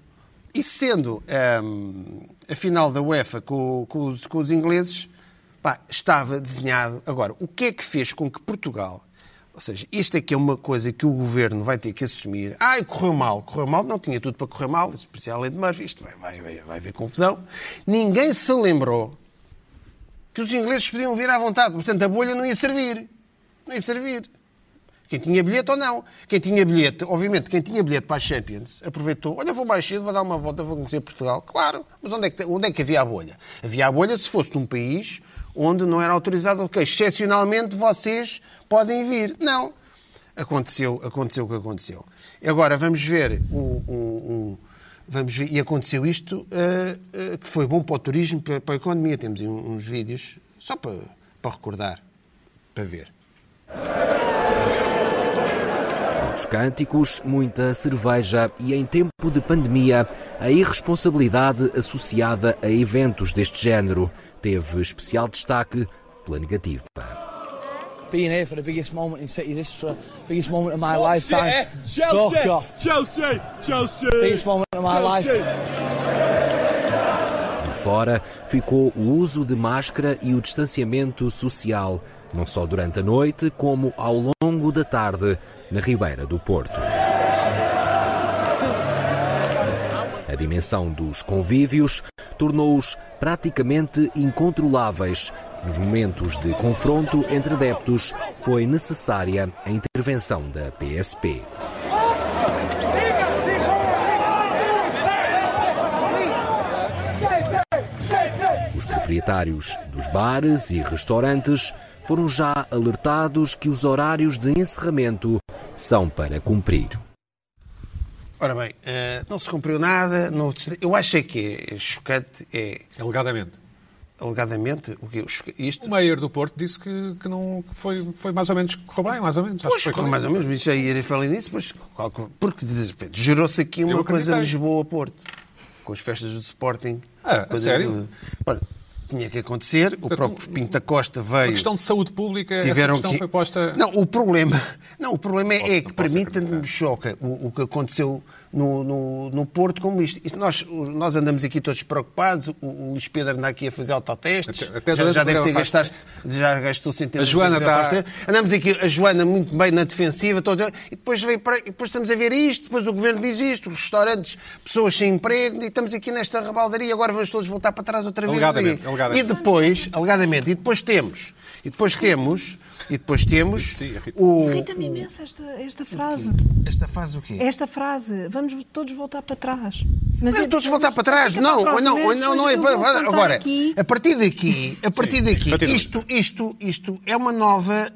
Speaker 2: e sendo ehm, a final da UEFA com, com os, com os ingleses, pá, estava desenhado. Agora, o que é que fez com que Portugal. Ou seja, isto é que é uma coisa que o governo vai ter que assumir. Ai, correu mal. Correu mal, não tinha tudo para correr mal, especial além de Murphy. Isto vai, vai, vai, vai haver confusão. Ninguém se lembrou que os ingleses podiam vir à vontade. Portanto, a bolha não ia servir. Não ia servir. Quem tinha bilhete ou não. Quem tinha bilhete, obviamente, quem tinha bilhete para a Champions, aproveitou. Olha, vou mais cedo, vou dar uma volta, vou conhecer Portugal. Claro, mas onde é que, onde é que havia a bolha? Havia a bolha se fosse de um país onde não era autorizado, ok, excepcionalmente vocês podem vir. Não. Aconteceu, aconteceu o que aconteceu. E Agora, vamos ver o- o- o- Vamos ver, e aconteceu isto, eh, eh, que foi bom para o turismo, para, para a economia. Temos aí uns vídeos, só para, para recordar, para ver.
Speaker 7: Muitos cânticos, muita cerveja e, em tempo de pandemia, a irresponsabilidade associada a eventos deste género teve especial destaque pela negativa.
Speaker 8: being here for the biggest moment in City's history, biggest moment of my
Speaker 7: eh?
Speaker 8: lifetime. Fuck off.
Speaker 9: Chelsea! Chelsea!
Speaker 8: Biggest moment of my life.
Speaker 7: De fora ficou o uso de máscara e o distanciamento social, não só durante a noite, como ao longo da tarde, na Ribeira do Porto. A dimensão dos convívios tornou-os praticamente incontroláveis. Nos momentos de confronto entre adeptos, foi necessária a intervenção da PSP. Os proprietários dos bares e restaurantes foram já alertados que os horários de encerramento são para cumprir.
Speaker 2: Ora bem, eh, não se cumpriu nada, não, houve distra- eu acho é que é chocante, é
Speaker 1: Alegadamente.
Speaker 2: alegadamente, o que isto.
Speaker 1: O Maier do Porto disse que, que não que foi, foi mais ou menos que correu bem, mais ou menos. Acho
Speaker 2: Pois,
Speaker 1: que foi
Speaker 2: correu
Speaker 1: correto.
Speaker 2: mais ou menos, mas já ia falar nisso, pois, calculo- porque de repente gerou-se aqui
Speaker 1: Eu
Speaker 2: uma
Speaker 1: acreditei.
Speaker 2: coisa Lisboa-Porto, com as festas do Sporting.
Speaker 1: Ah, a
Speaker 2: coisas
Speaker 1: sério?
Speaker 2: do- Ora, tinha que acontecer. O próprio Pinta Costa
Speaker 1: A
Speaker 2: veio.
Speaker 1: questão de saúde pública, essa
Speaker 2: Tiveram
Speaker 1: questão
Speaker 2: que...
Speaker 1: foi posta...
Speaker 2: Não, o problema, não, o problema
Speaker 1: Posso- não
Speaker 2: é que para
Speaker 1: posso
Speaker 2: mim
Speaker 1: acreditar.
Speaker 2: tanto me choca o, o que aconteceu no, no, no Porto como isto. Isto nós, o- nós andamos aqui todos preocupados, o, o Luís Pedro anda aqui a fazer autotestes,
Speaker 1: Até- até
Speaker 2: já,
Speaker 1: durante
Speaker 2: já
Speaker 1: o
Speaker 2: deve ter
Speaker 1: programa faz-
Speaker 2: gastado, já gastou centenas
Speaker 1: A Joana
Speaker 2: de
Speaker 1: está-
Speaker 2: autotestes. Andamos aqui, a Joana muito bem na defensiva, todos- e depois, vem para- e depois estamos a ver isto, depois o governo diz isto, os restaurantes, pessoas sem emprego, e estamos aqui nesta rabaldaria, agora vamos todos voltar para trás outra vez.
Speaker 1: Alegadamente,
Speaker 2: E-
Speaker 1: alegadamente.
Speaker 2: E depois, alegadamente, e depois temos, e depois temos, e depois temos
Speaker 1: Sim, irrita.
Speaker 2: o...
Speaker 3: Irrita-me imenso esta, esta frase.
Speaker 2: Esta faz o quê?
Speaker 3: Esta frase. Vamos todos voltar para trás.
Speaker 2: Mas todos voltar para trás.
Speaker 3: Fica para
Speaker 2: Não,
Speaker 3: a
Speaker 2: ou
Speaker 3: próxima,
Speaker 2: não, ou não, não é.
Speaker 3: depois eu vou contar
Speaker 2: Agora,
Speaker 3: aqui.
Speaker 2: a partir daqui, a partir
Speaker 1: Sim,
Speaker 2: daqui,
Speaker 1: continua.
Speaker 2: isto, isto, isto é uma nova.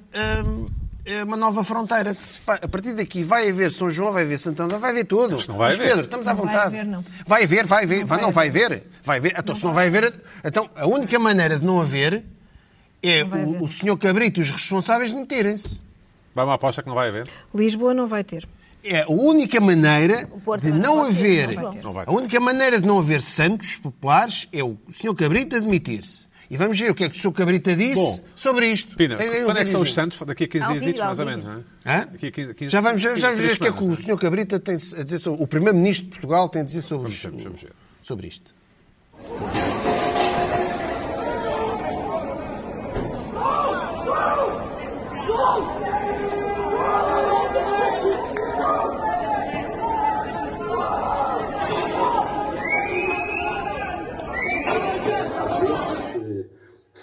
Speaker 2: hum, é uma nova fronteira. que se pa- A partir daqui vai haver São João, vai haver Santana, vai haver tudo.
Speaker 1: não vai
Speaker 2: Mas,
Speaker 1: haver.
Speaker 2: Pedro, estamos à
Speaker 3: Não vai
Speaker 2: vontade.
Speaker 3: haver, não.
Speaker 2: Vai haver, vai haver, vai- não vai haver. Vai haver. Então, se não vai haver, então a única maneira de não haver é
Speaker 3: vai haver.
Speaker 2: o, o senhor Cabrito e os responsáveis meterem-se.
Speaker 1: Vai uma aposta que não vai haver.
Speaker 3: Lisboa não vai ter.
Speaker 2: É a única maneira
Speaker 4: Porto
Speaker 2: de
Speaker 4: também
Speaker 2: não
Speaker 4: não vai ter,
Speaker 2: haver.
Speaker 4: não vai
Speaker 1: ter. Não vai ter.
Speaker 2: A única maneira de não haver santos populares é o Sr. Cabrita admitir-se. E vamos ver o que é que o Sr. Cabrita disse
Speaker 1: Bom,
Speaker 2: sobre isto.
Speaker 1: Pina,
Speaker 2: Tem- tem um
Speaker 1: quando é que são os
Speaker 2: videozinho.
Speaker 1: Santos? Daqui a 15
Speaker 4: Ao
Speaker 1: dias,
Speaker 4: vivo, ao
Speaker 1: mais ou menos,
Speaker 4: vivo.
Speaker 1: não é?
Speaker 2: Hã?
Speaker 1: Daqui a 15, 15,
Speaker 2: Já vamos, já, já vamos ver o que é que o
Speaker 1: semanas, não
Speaker 2: Sr. Cabrita tem a dizer sobre. O Primeiro-Ministro de Portugal tem a dizer sobre,
Speaker 1: Vamos ver, vamos ver.
Speaker 2: sobre isto.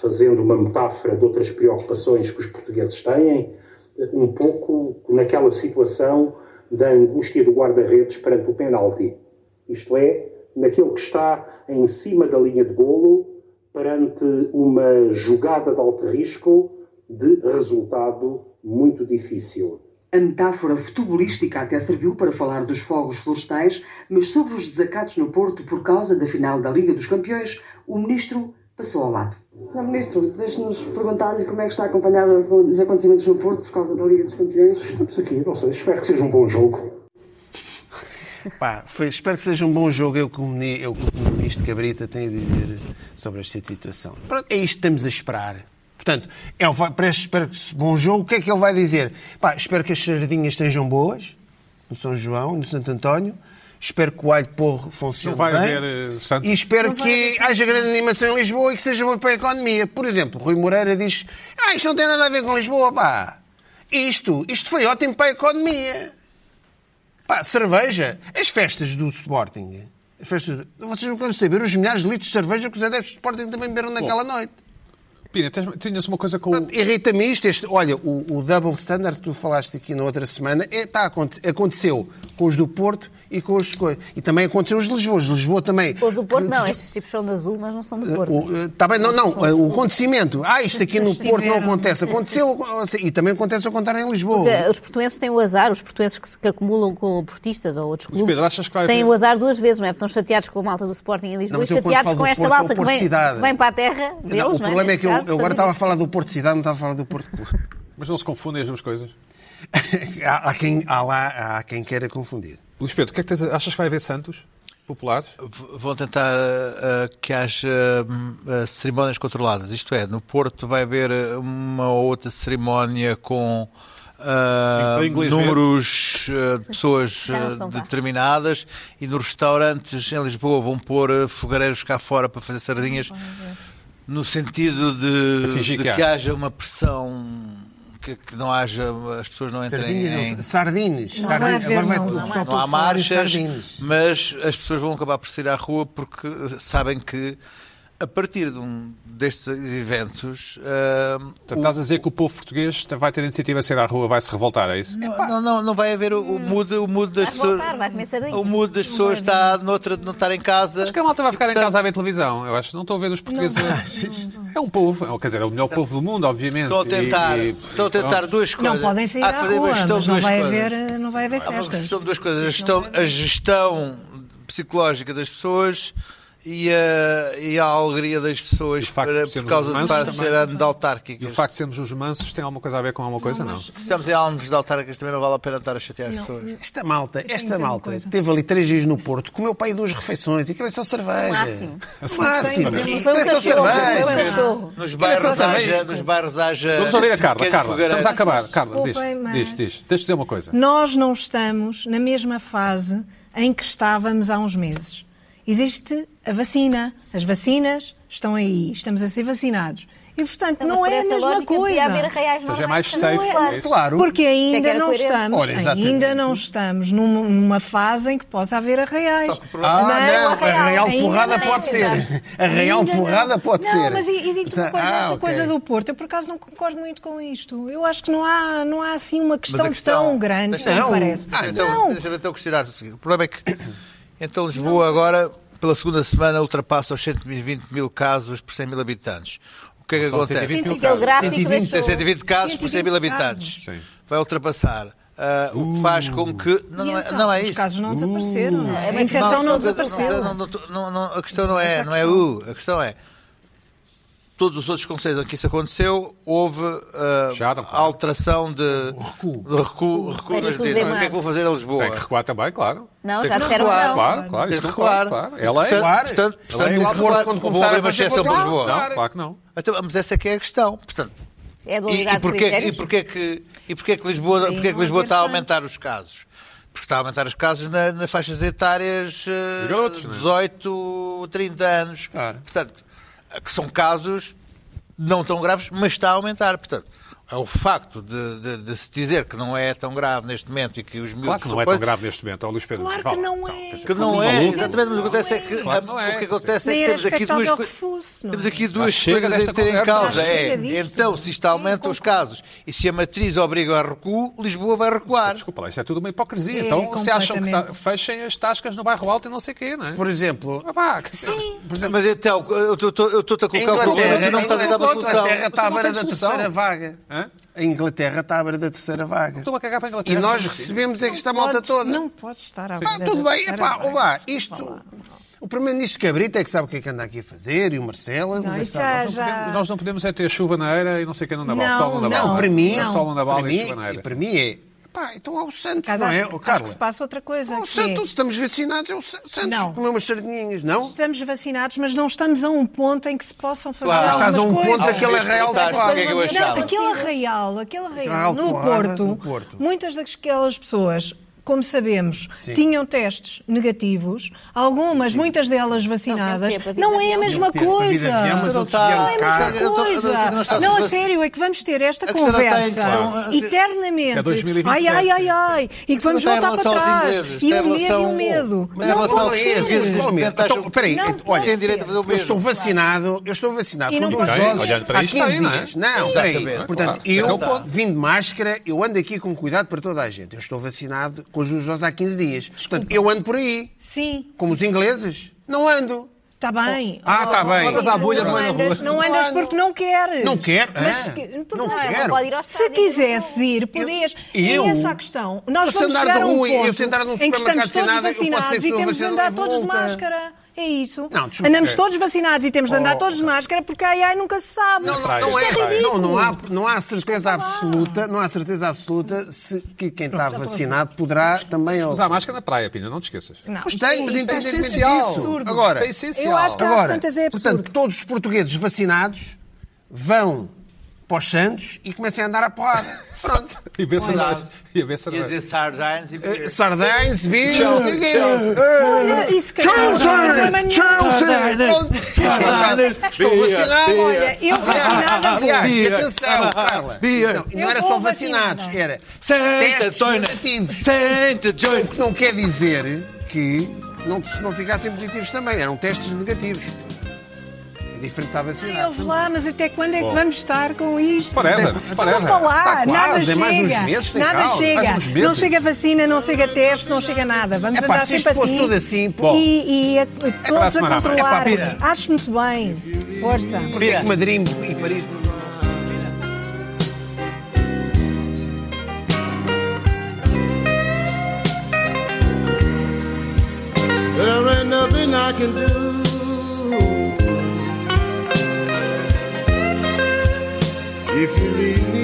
Speaker 9: fazendo uma metáfora de outras preocupações que os portugueses têm, um pouco naquela situação da angústia do guarda-redes perante o penalti. Isto é, naquele que está em cima da linha de golo perante uma jogada de alto risco de resultado muito difícil.
Speaker 10: A metáfora futebolística até serviu para falar dos fogos florestais, mas sobre os desacatos no Porto por causa da final da Liga dos Campeões, o ministro passou ao lado.
Speaker 11: Sr. Ministro, deixe-nos perguntar-lhe como é que está a acompanhar os acontecimentos no Porto por causa da Liga dos Campeões.
Speaker 9: Estamos aqui, não sei, espero que seja um bom jogo.
Speaker 2: Pá, foi- espero que seja um bom jogo. Eu que o mini- eu que o ministro Cabrita tem a dizer sobre esta situação. Pronto, é isto que estamos a esperar. Portanto, ele vai, para este espero que se- bom jogo, o que é que ele vai dizer? Pá, espero que as sardinhas estejam boas, no São João, no Santo António. Espero que o alho porro
Speaker 1: Não
Speaker 2: funcione
Speaker 1: vai
Speaker 2: bem.
Speaker 1: haver, eh, santo.
Speaker 2: E espero
Speaker 3: Não vai
Speaker 2: que
Speaker 3: haver santo.
Speaker 2: haja grande animação em Lisboa e que seja bom para a economia. Por exemplo, Rui Moreira diz: Ah, isto não tem nada a ver com Lisboa, pá. Isto, isto foi ótimo para a economia. Pá, cerveja. As festas do Sporting. As festas... Vocês não querem saber os milhares de litros de cerveja que os adeptos do Sporting também beberam naquela noite.
Speaker 1: é? Pina, tens- tinhas uma coisa com o...
Speaker 2: Portanto, Irrita-me isto. Este... Olha, o, o double standard que tu falaste aqui na outra semana é, tá, aconte- aconteceu com os do Porto e com os... co- E também aconteceu os de Lisboa. Os de Lisboa também...
Speaker 4: Os do Porto,
Speaker 2: que- Eh,
Speaker 4: não,
Speaker 2: que-
Speaker 4: estes tipos são de azul, mas não são do Porto.
Speaker 2: Está bem, não, não. eh, O acontecimento. Ah, isto aqui no Porto não
Speaker 3: tiveram.
Speaker 2: acontece. Aconteceu eh, e também acontece ao contrário em Lisboa.
Speaker 4: Porque Eh, os portuenses têm o azar, os portuenses que se que acumulam com portistas ou outros clubes,
Speaker 1: Pedro, achas que vai
Speaker 4: têm
Speaker 1: haver-
Speaker 4: o azar duas vezes, não é? Porque estão chateados com a malta do Sporting em Lisboa
Speaker 2: Não,
Speaker 4: e
Speaker 2: mas eu quando
Speaker 4: chateados
Speaker 2: falo
Speaker 4: com
Speaker 2: do
Speaker 4: esta
Speaker 2: Porto, é o
Speaker 4: malta que
Speaker 2: Porto
Speaker 4: vem,
Speaker 2: Cidade.
Speaker 4: vem para a terra
Speaker 2: Não,
Speaker 4: deles, não,
Speaker 2: o problema é,
Speaker 4: Neste
Speaker 2: que eu,
Speaker 4: caso,
Speaker 2: eu agora estava a
Speaker 4: fazem-
Speaker 2: falar do Porto Cidade, não estava a falar do Porto.
Speaker 1: Mas não se confundem as duas coisas.
Speaker 2: [LAUGHS] há, há quem, há, lá, há quem queira confundir.
Speaker 1: Luís Pedro, o que é que tens a- achas que vai haver santos populares?
Speaker 5: V- Vão tentar ah, ah, que haja hum, ah, cerimónias controladas. Isto é, no Porto vai haver ah, uma ou outra cerimónia com ah,
Speaker 1: Para inglês ver.
Speaker 5: números ah, de pessoas
Speaker 4: Já não
Speaker 5: ah,
Speaker 4: estão cá.
Speaker 5: determinadas e nos restaurantes em Lisboa vão pôr ah, fogareiros cá fora para fazer sardinhas no sentido
Speaker 1: Para
Speaker 5: de,
Speaker 1: fingir
Speaker 5: de
Speaker 1: que há.
Speaker 5: que haja uma pressão que, que não haja as pessoas não entrem
Speaker 2: Sardinhas,
Speaker 5: em,
Speaker 2: não, sardines. sardines.
Speaker 3: Não vai haver,
Speaker 2: Agora vai
Speaker 3: não,
Speaker 2: tudo.
Speaker 3: não há
Speaker 2: só
Speaker 5: não há
Speaker 2: tudo falar em
Speaker 5: marchas,
Speaker 2: sardines.
Speaker 5: mas as pessoas vão acabar por sair à rua porque sabem que a partir de um destes eventos ah,
Speaker 1: Portanto, estás a dizer que o povo português vai ter iniciativa a sair à rua, vai se revoltar, é isso?
Speaker 5: não, não, não, não vai haver o, o mood, o mood das
Speaker 4: Vai
Speaker 5: pessoas.
Speaker 4: voltar, vai comer sardinha.
Speaker 5: O mood das pessoas está noutra de não estar em casa.
Speaker 1: Acho que a malta vai ficar em casa a ver televisão. Eu acho que não estou a ver os portugueses. [LAUGHS] É um povo, é, quer dizer, é o melhor povo do mundo, obviamente.
Speaker 5: Estão a tentar,
Speaker 1: E- e-
Speaker 5: estão a tentar
Speaker 1: pronto.
Speaker 5: duas coisas.
Speaker 3: Não podem sair
Speaker 5: Há de
Speaker 3: à
Speaker 5: Ah, fazer uma
Speaker 3: rua,
Speaker 5: gestão
Speaker 3: mas
Speaker 5: de
Speaker 3: não
Speaker 5: duas
Speaker 3: vai,
Speaker 5: coisas.
Speaker 3: haver, eh, não vai haver
Speaker 5: Há uma
Speaker 3: festas.
Speaker 5: questão de duas coisas. A gestão, a gestão psicológica das pessoas e a, e a alegria das pessoas
Speaker 1: facto de
Speaker 5: para- por
Speaker 1: sermos
Speaker 5: causa de
Speaker 1: mansos
Speaker 5: estar a
Speaker 1: também.
Speaker 5: ser ano de
Speaker 1: E o
Speaker 5: autárquicas.
Speaker 1: facto de sermos os mansos tem alguma coisa a ver com alguma coisa? Não.
Speaker 5: Se estamos em almos de autárquicas também não vale a pena estar a chatear as pessoas.
Speaker 2: Esta malta,
Speaker 5: dizer
Speaker 2: esta
Speaker 5: uma
Speaker 2: malta,
Speaker 5: coisa.
Speaker 2: teve ali três dias no Porto, comeu para aí duas refeições, aquilo é só cerveja.
Speaker 5: Máximo.
Speaker 2: O Máximo.
Speaker 5: Foi um
Speaker 2: Aquilo é só
Speaker 5: cachorro,
Speaker 2: cerveja.
Speaker 5: foi um cachorro. Nos
Speaker 2: Aquilo é só
Speaker 5: bairros haja-
Speaker 2: cerveja.
Speaker 5: nos bairros haja-
Speaker 1: Vamos ouvir a Carla.
Speaker 5: Quem
Speaker 1: Carla,
Speaker 5: eh, fogueira-
Speaker 1: estamos a acabar. Carla, diz,
Speaker 3: Desculpem, mas-
Speaker 1: diz, diz. Deixa-te dizer uma coisa.
Speaker 3: Nós não estamos na mesma fase em que estávamos há uns meses. Existe a vacina, as vacinas estão aí, estamos a ser vacinados. E, portanto,
Speaker 4: Então, mas
Speaker 3: não
Speaker 4: por
Speaker 3: é a
Speaker 4: essa
Speaker 3: mesma
Speaker 4: lógica,
Speaker 3: coisa.
Speaker 4: devia haver reais
Speaker 1: Ou seja, é mais normais safe, também. é isso?
Speaker 2: Claro.
Speaker 3: Porque
Speaker 4: Isso é que
Speaker 3: ainda
Speaker 4: era
Speaker 3: não
Speaker 4: coerente.
Speaker 3: estamos,
Speaker 4: Ora, exatamente.
Speaker 3: ainda não estamos numa, numa fase em que possa haver arraiais.
Speaker 2: Ah, não, arraial de
Speaker 3: Ainda
Speaker 2: porrada
Speaker 3: não. é
Speaker 2: pode ser. Arraial de
Speaker 3: Ainda não.
Speaker 2: porrada pode
Speaker 3: não,
Speaker 2: ser.
Speaker 3: Mas e, e digo-te uma
Speaker 2: Ah,
Speaker 3: coisa, esta
Speaker 2: ok.
Speaker 3: coisa do Porto, eu por acaso não concordo muito com isto. Eu acho que não há, não há assim uma
Speaker 5: Mas a
Speaker 3: questão, tão grande,
Speaker 5: Deixa-
Speaker 3: como parece.
Speaker 5: Ah, então, deixa-me então questionar o seguinte. O problema é que [COUGHS] então Lisboa agora, pela segunda semana, ultrapassa os 120 mil casos por 100 mil habitantes. O que é que
Speaker 4: São
Speaker 5: acontece?
Speaker 4: 120 mil Aquele casos. gráfico 120.
Speaker 5: Tem 120 casos por 100 mil
Speaker 4: 120
Speaker 5: habitantes. Vai ultrapassar. Ah, o que faz
Speaker 4: Uh.
Speaker 5: com que. Não, não,
Speaker 2: então?
Speaker 5: é,
Speaker 3: então,
Speaker 5: não é isso. Os casos
Speaker 3: não desapareceram.
Speaker 2: Uh,
Speaker 3: A É infecção não desapareceu.
Speaker 5: a questão não é, não é o. A questão é. Todos os outros conselhos em que isso aconteceu, houve ah, alteração de recuo, de recuo, recuo
Speaker 4: Mas
Speaker 5: das
Speaker 4: isso
Speaker 5: medidas.
Speaker 4: dizem
Speaker 5: O que é que vou fazer a Lisboa? Tem que
Speaker 1: recuar também, claro.
Speaker 4: Não, já disseram que não.
Speaker 1: Claro, claro,
Speaker 5: Tem
Speaker 1: isso
Speaker 5: que
Speaker 1: recuar,
Speaker 5: recuar.
Speaker 1: um claro. Ela é-
Speaker 5: Portanto,
Speaker 1: Claro.
Speaker 5: portanto,
Speaker 1: Ela é igual
Speaker 5: portanto, o
Speaker 1: que
Speaker 5: Porto,
Speaker 1: claro.
Speaker 5: quando
Speaker 1: Vou
Speaker 5: começar
Speaker 1: abrir
Speaker 5: a
Speaker 1: uma
Speaker 5: exceção
Speaker 1: exceção
Speaker 5: para
Speaker 1: para
Speaker 5: Lisboa.
Speaker 1: Lisboa. Não, claro que não.
Speaker 5: Então, mas essa é que é a questão. Portanto,
Speaker 4: É a
Speaker 5: e,
Speaker 4: dualidade
Speaker 5: e
Speaker 4: de
Speaker 5: porquê, e
Speaker 4: critérios.
Speaker 5: porquê que, e porquê que Lisboa,
Speaker 4: Sim,
Speaker 5: porquê que
Speaker 4: não
Speaker 5: Lisboa está a
Speaker 4: haver
Speaker 5: aumentar os casos? Porque está a aumentar os casos na- nas faixas etárias eh,
Speaker 1: garotos, não é?
Speaker 5: 18, 30 anos. Portanto, eh, que são casos não tão graves, mas está a aumentar. Portanto, é o facto de, de- de se dizer que não é tão grave neste momento e que os miúdos...
Speaker 1: Claro que não é tão grave neste momento, ó Luís Pedro.
Speaker 3: Claro que
Speaker 1: fala.
Speaker 3: não
Speaker 1: Então,
Speaker 3: é.
Speaker 1: quer dizer,
Speaker 5: Que não
Speaker 1: tudo
Speaker 5: é,
Speaker 1: maluco.
Speaker 5: exatamente, mas o que acontece é que,
Speaker 1: Claro que não é.
Speaker 5: o que acontece é
Speaker 3: Nem
Speaker 5: que
Speaker 3: era
Speaker 5: temos aqui duas
Speaker 3: expectável que
Speaker 5: coisas.
Speaker 3: fosse, não é?
Speaker 5: Temos aqui
Speaker 1: Ah,
Speaker 5: duas
Speaker 1: chega
Speaker 5: coisas
Speaker 1: desta
Speaker 5: a ter em
Speaker 1: conversa.
Speaker 5: causa.
Speaker 1: Ah,
Speaker 5: É,
Speaker 1: chega disto.
Speaker 5: então, se isto aumenta os casos e se a matriz obriga a recuo, Lisboa vai recuar.
Speaker 1: Desculpa lá, isto é tudo uma hipocrisia.
Speaker 5: É,
Speaker 1: então, se acham que tá-
Speaker 5: completamente.
Speaker 1: fechem as tascas no bairro alto e não sei o quê, não é?
Speaker 2: Por exemplo...
Speaker 1: Sim.
Speaker 5: Mas então, eu estou- eu estou-te a colocar o problema e não me estás a dar uma solução.
Speaker 2: Inglaterra está à
Speaker 5: Você não
Speaker 2: beira
Speaker 5: tem
Speaker 2: da
Speaker 5: solução.
Speaker 2: terceira vaga. A Inglaterra está à beira da terceira vaga.
Speaker 5: Então,
Speaker 1: Estou a cagar para a
Speaker 2: E
Speaker 1: Inglaterra.
Speaker 2: nós
Speaker 1: Sim.
Speaker 2: recebemos é que esta
Speaker 3: Não
Speaker 2: malta
Speaker 3: pode-
Speaker 2: toda.
Speaker 3: Não pode estar à
Speaker 2: Ah,
Speaker 3: beira
Speaker 2: tudo
Speaker 3: da
Speaker 2: bem,
Speaker 3: terceira
Speaker 2: epá,
Speaker 3: vaga.
Speaker 2: olá, isto. O Primeiro-Ministro Cabrita é que sabe o que é que anda aqui a fazer e o Marcelo. eles é que
Speaker 3: isso
Speaker 2: sabem.
Speaker 3: já- já-
Speaker 1: Podemos- Nós não podemos é ter chuva na era e não sei o que, não na bala.
Speaker 2: Não,
Speaker 1: Sol na
Speaker 2: não,
Speaker 1: bala.
Speaker 2: para mim-
Speaker 1: Sol na bala
Speaker 2: para
Speaker 1: e
Speaker 2: mim-
Speaker 1: chuva na era.
Speaker 2: para mim é. Pá, então há o Santos,
Speaker 3: Caso
Speaker 2: não
Speaker 3: acho-
Speaker 2: é?
Speaker 3: acho
Speaker 2: O
Speaker 3: que
Speaker 2: Carlos.
Speaker 3: se passa outra coisa.
Speaker 2: O
Speaker 3: que
Speaker 2: Santos,
Speaker 3: é-
Speaker 2: estamos vacinados, é o Sa- Santos
Speaker 3: Não.
Speaker 2: comeu umas sardinhas, não?
Speaker 3: Estamos vacinados, mas não estamos a um ponto em que se possam fazer
Speaker 2: Claro, estás a um
Speaker 3: algumas
Speaker 2: ponto
Speaker 3: coisas.
Speaker 2: daquele arraial de
Speaker 3: Não,
Speaker 2: Claro. que é que eu achava.
Speaker 3: Aquele arraial, aquele arraial
Speaker 2: Arraial de
Speaker 3: no
Speaker 2: porrada,
Speaker 3: Porto,
Speaker 2: no Porto.
Speaker 3: muitas daquelas pessoas, como sabemos,
Speaker 2: Sim.
Speaker 3: tinham testes negativos, algumas, muitas delas vacinadas.
Speaker 4: tempo, a vida
Speaker 3: Não é a
Speaker 4: dela.
Speaker 3: mesma
Speaker 4: Não, tempo, a vida
Speaker 3: coisa.
Speaker 2: dela, mas
Speaker 3: Não
Speaker 2: outros vieram
Speaker 3: é
Speaker 2: cá.
Speaker 3: a
Speaker 2: Eu tô-
Speaker 3: mesma
Speaker 2: eu tô- eu tô- eu tô-
Speaker 3: coisa.
Speaker 2: nós
Speaker 3: Não, a
Speaker 2: estamos-
Speaker 3: sério, é que vamos ter esta
Speaker 2: A questão não está em questão,
Speaker 3: conversa
Speaker 2: a-
Speaker 3: eternamente.
Speaker 2: É 2027,
Speaker 3: Ai, ai, ai, ai. E que
Speaker 2: Isto
Speaker 3: vamos
Speaker 2: não está em
Speaker 3: voltar para
Speaker 2: relação aos
Speaker 3: trás.
Speaker 2: ingleses,
Speaker 3: E
Speaker 2: está em
Speaker 3: o medo e o
Speaker 2: relação-
Speaker 3: medo.
Speaker 2: Mas não
Speaker 5: relação
Speaker 2: pode
Speaker 5: a
Speaker 2: ser.
Speaker 5: esses, esses
Speaker 2: Não, meu,
Speaker 5: comentários
Speaker 2: é então, peraí,
Speaker 3: não
Speaker 2: então,
Speaker 3: pode
Speaker 2: olha,
Speaker 3: ser. Tem direito a fazer o
Speaker 2: eu
Speaker 5: mesmo.
Speaker 2: estou vacinado, eu estou vacinado
Speaker 3: E
Speaker 2: com
Speaker 3: não
Speaker 2: duas
Speaker 3: pode
Speaker 2: doses
Speaker 3: ser. Olhando para
Speaker 2: há
Speaker 3: isto,
Speaker 2: 15
Speaker 3: tem, não é?
Speaker 2: dias. Não,
Speaker 5: Sim.
Speaker 2: peraí.
Speaker 5: Exatamente,
Speaker 2: Portanto,
Speaker 5: claro. Isso é um
Speaker 2: eu
Speaker 5: ponto.
Speaker 2: vim de máscara, eu ando aqui com cuidado para toda a gente. Eu estou vacinado com as duas doses há 15 dias. Portanto, eu ando por aí,
Speaker 3: Sim,
Speaker 2: como os ingleses, não ando.
Speaker 3: está bem.
Speaker 2: Ah, está
Speaker 3: Oh,
Speaker 2: bem.
Speaker 3: oh,
Speaker 2: Andas à bolha,
Speaker 3: não
Speaker 2: não é na
Speaker 3: andas,
Speaker 2: rua.
Speaker 3: não
Speaker 2: Não
Speaker 3: andas
Speaker 2: ando.
Speaker 3: porque não queres.
Speaker 2: Não quero,
Speaker 3: Mas
Speaker 2: ah,
Speaker 3: que-
Speaker 2: não
Speaker 3: porque
Speaker 2: quero. Pode ir ao
Speaker 3: Se
Speaker 4: então,
Speaker 3: quisesse ir, podias.
Speaker 2: eu-
Speaker 3: é essa a questão. Nós
Speaker 2: Eu se
Speaker 3: vamos
Speaker 2: andar
Speaker 3: chegar
Speaker 2: de
Speaker 3: a um
Speaker 2: rua e eu
Speaker 3: ponto
Speaker 2: se andar num
Speaker 3: em que
Speaker 2: supermercado
Speaker 3: estamos todos
Speaker 2: sem nada, eu posso
Speaker 3: vacinados
Speaker 2: ser
Speaker 3: e
Speaker 2: pessoa
Speaker 3: temos de
Speaker 2: vacinada
Speaker 3: andar
Speaker 2: e
Speaker 3: todos de
Speaker 2: volta.
Speaker 3: máscara. É isso.
Speaker 2: Não, desculpa.
Speaker 3: Andamos todos vacinados e temos de andar
Speaker 2: Oh,
Speaker 3: todos de máscara porque ai ai nunca se sabe.
Speaker 2: Não, não, não
Speaker 3: Isto
Speaker 2: é. não,
Speaker 3: ridículo.
Speaker 2: não há, não há certeza absoluta, não há certeza absoluta se que quem está vacinado poderá também.
Speaker 1: Mas há máscara na praia, Pina, não te esqueças.
Speaker 3: Não,
Speaker 2: Pois
Speaker 3: isto é
Speaker 2: tem, mas
Speaker 3: isto
Speaker 2: independentemente
Speaker 1: essencial.
Speaker 2: disso.
Speaker 1: Absurdo. Isso
Speaker 2: Agora,
Speaker 1: é essencial.
Speaker 3: Eu acho que às
Speaker 2: agora,
Speaker 3: tantas é absurdo.
Speaker 2: Portanto, todos os portugueses vacinados vão para os Santos e começam a andar à porrada. Pronto.
Speaker 1: E ver
Speaker 5: Olha.
Speaker 1: cerveja. E ver
Speaker 5: Ia dizer
Speaker 1: cerveja.
Speaker 5: sardines e
Speaker 2: Eh, Sardines, bichos,
Speaker 1: Chelsea, Chelsea.
Speaker 3: Olha, isso que é problema nenhum.
Speaker 2: Chelsea! Chelsea!
Speaker 3: Sardines.
Speaker 2: Sardines! Estou vacinado!
Speaker 3: Olha, eu vacinada vou.
Speaker 2: Aliás,
Speaker 5: Bia.
Speaker 2: atenção, Carla.
Speaker 5: Bia.
Speaker 2: Então,
Speaker 3: Eu
Speaker 2: não era
Speaker 3: vou
Speaker 2: só vacinados,
Speaker 3: vacinada.
Speaker 2: era
Speaker 5: Santa
Speaker 2: testes
Speaker 5: Joana.
Speaker 2: negativos.
Speaker 5: Santa Joana.
Speaker 2: O que não quer dizer que não, se não ficassem positivos também, eram testes negativos. É diferente estar vacinado.
Speaker 3: Ouve lá, mas até quando é que
Speaker 2: Bom.
Speaker 3: vamos estar com isto?
Speaker 1: Whatever, whatever.
Speaker 3: Vamos lá,
Speaker 2: Tá quase,
Speaker 3: nada chega.
Speaker 2: é mais uns meses, tem
Speaker 3: nada
Speaker 2: calma.
Speaker 3: chega.
Speaker 2: Mais uns
Speaker 3: Não
Speaker 2: meses.
Speaker 3: chega vacina, não chega teste, não chega nada. Vamos
Speaker 2: Epá,
Speaker 3: andar
Speaker 2: se isto
Speaker 3: sempre
Speaker 2: fosse
Speaker 3: assim.
Speaker 2: tudo assim,
Speaker 3: e, e a-
Speaker 2: para a
Speaker 3: todos a
Speaker 2: semana, É
Speaker 3: controlar.
Speaker 2: Maria. Epá, Pina.
Speaker 3: Acho muito bem. Força.
Speaker 2: Porque é que Madrid e Paris não
Speaker 12: There ain't nothing I can do If you leave me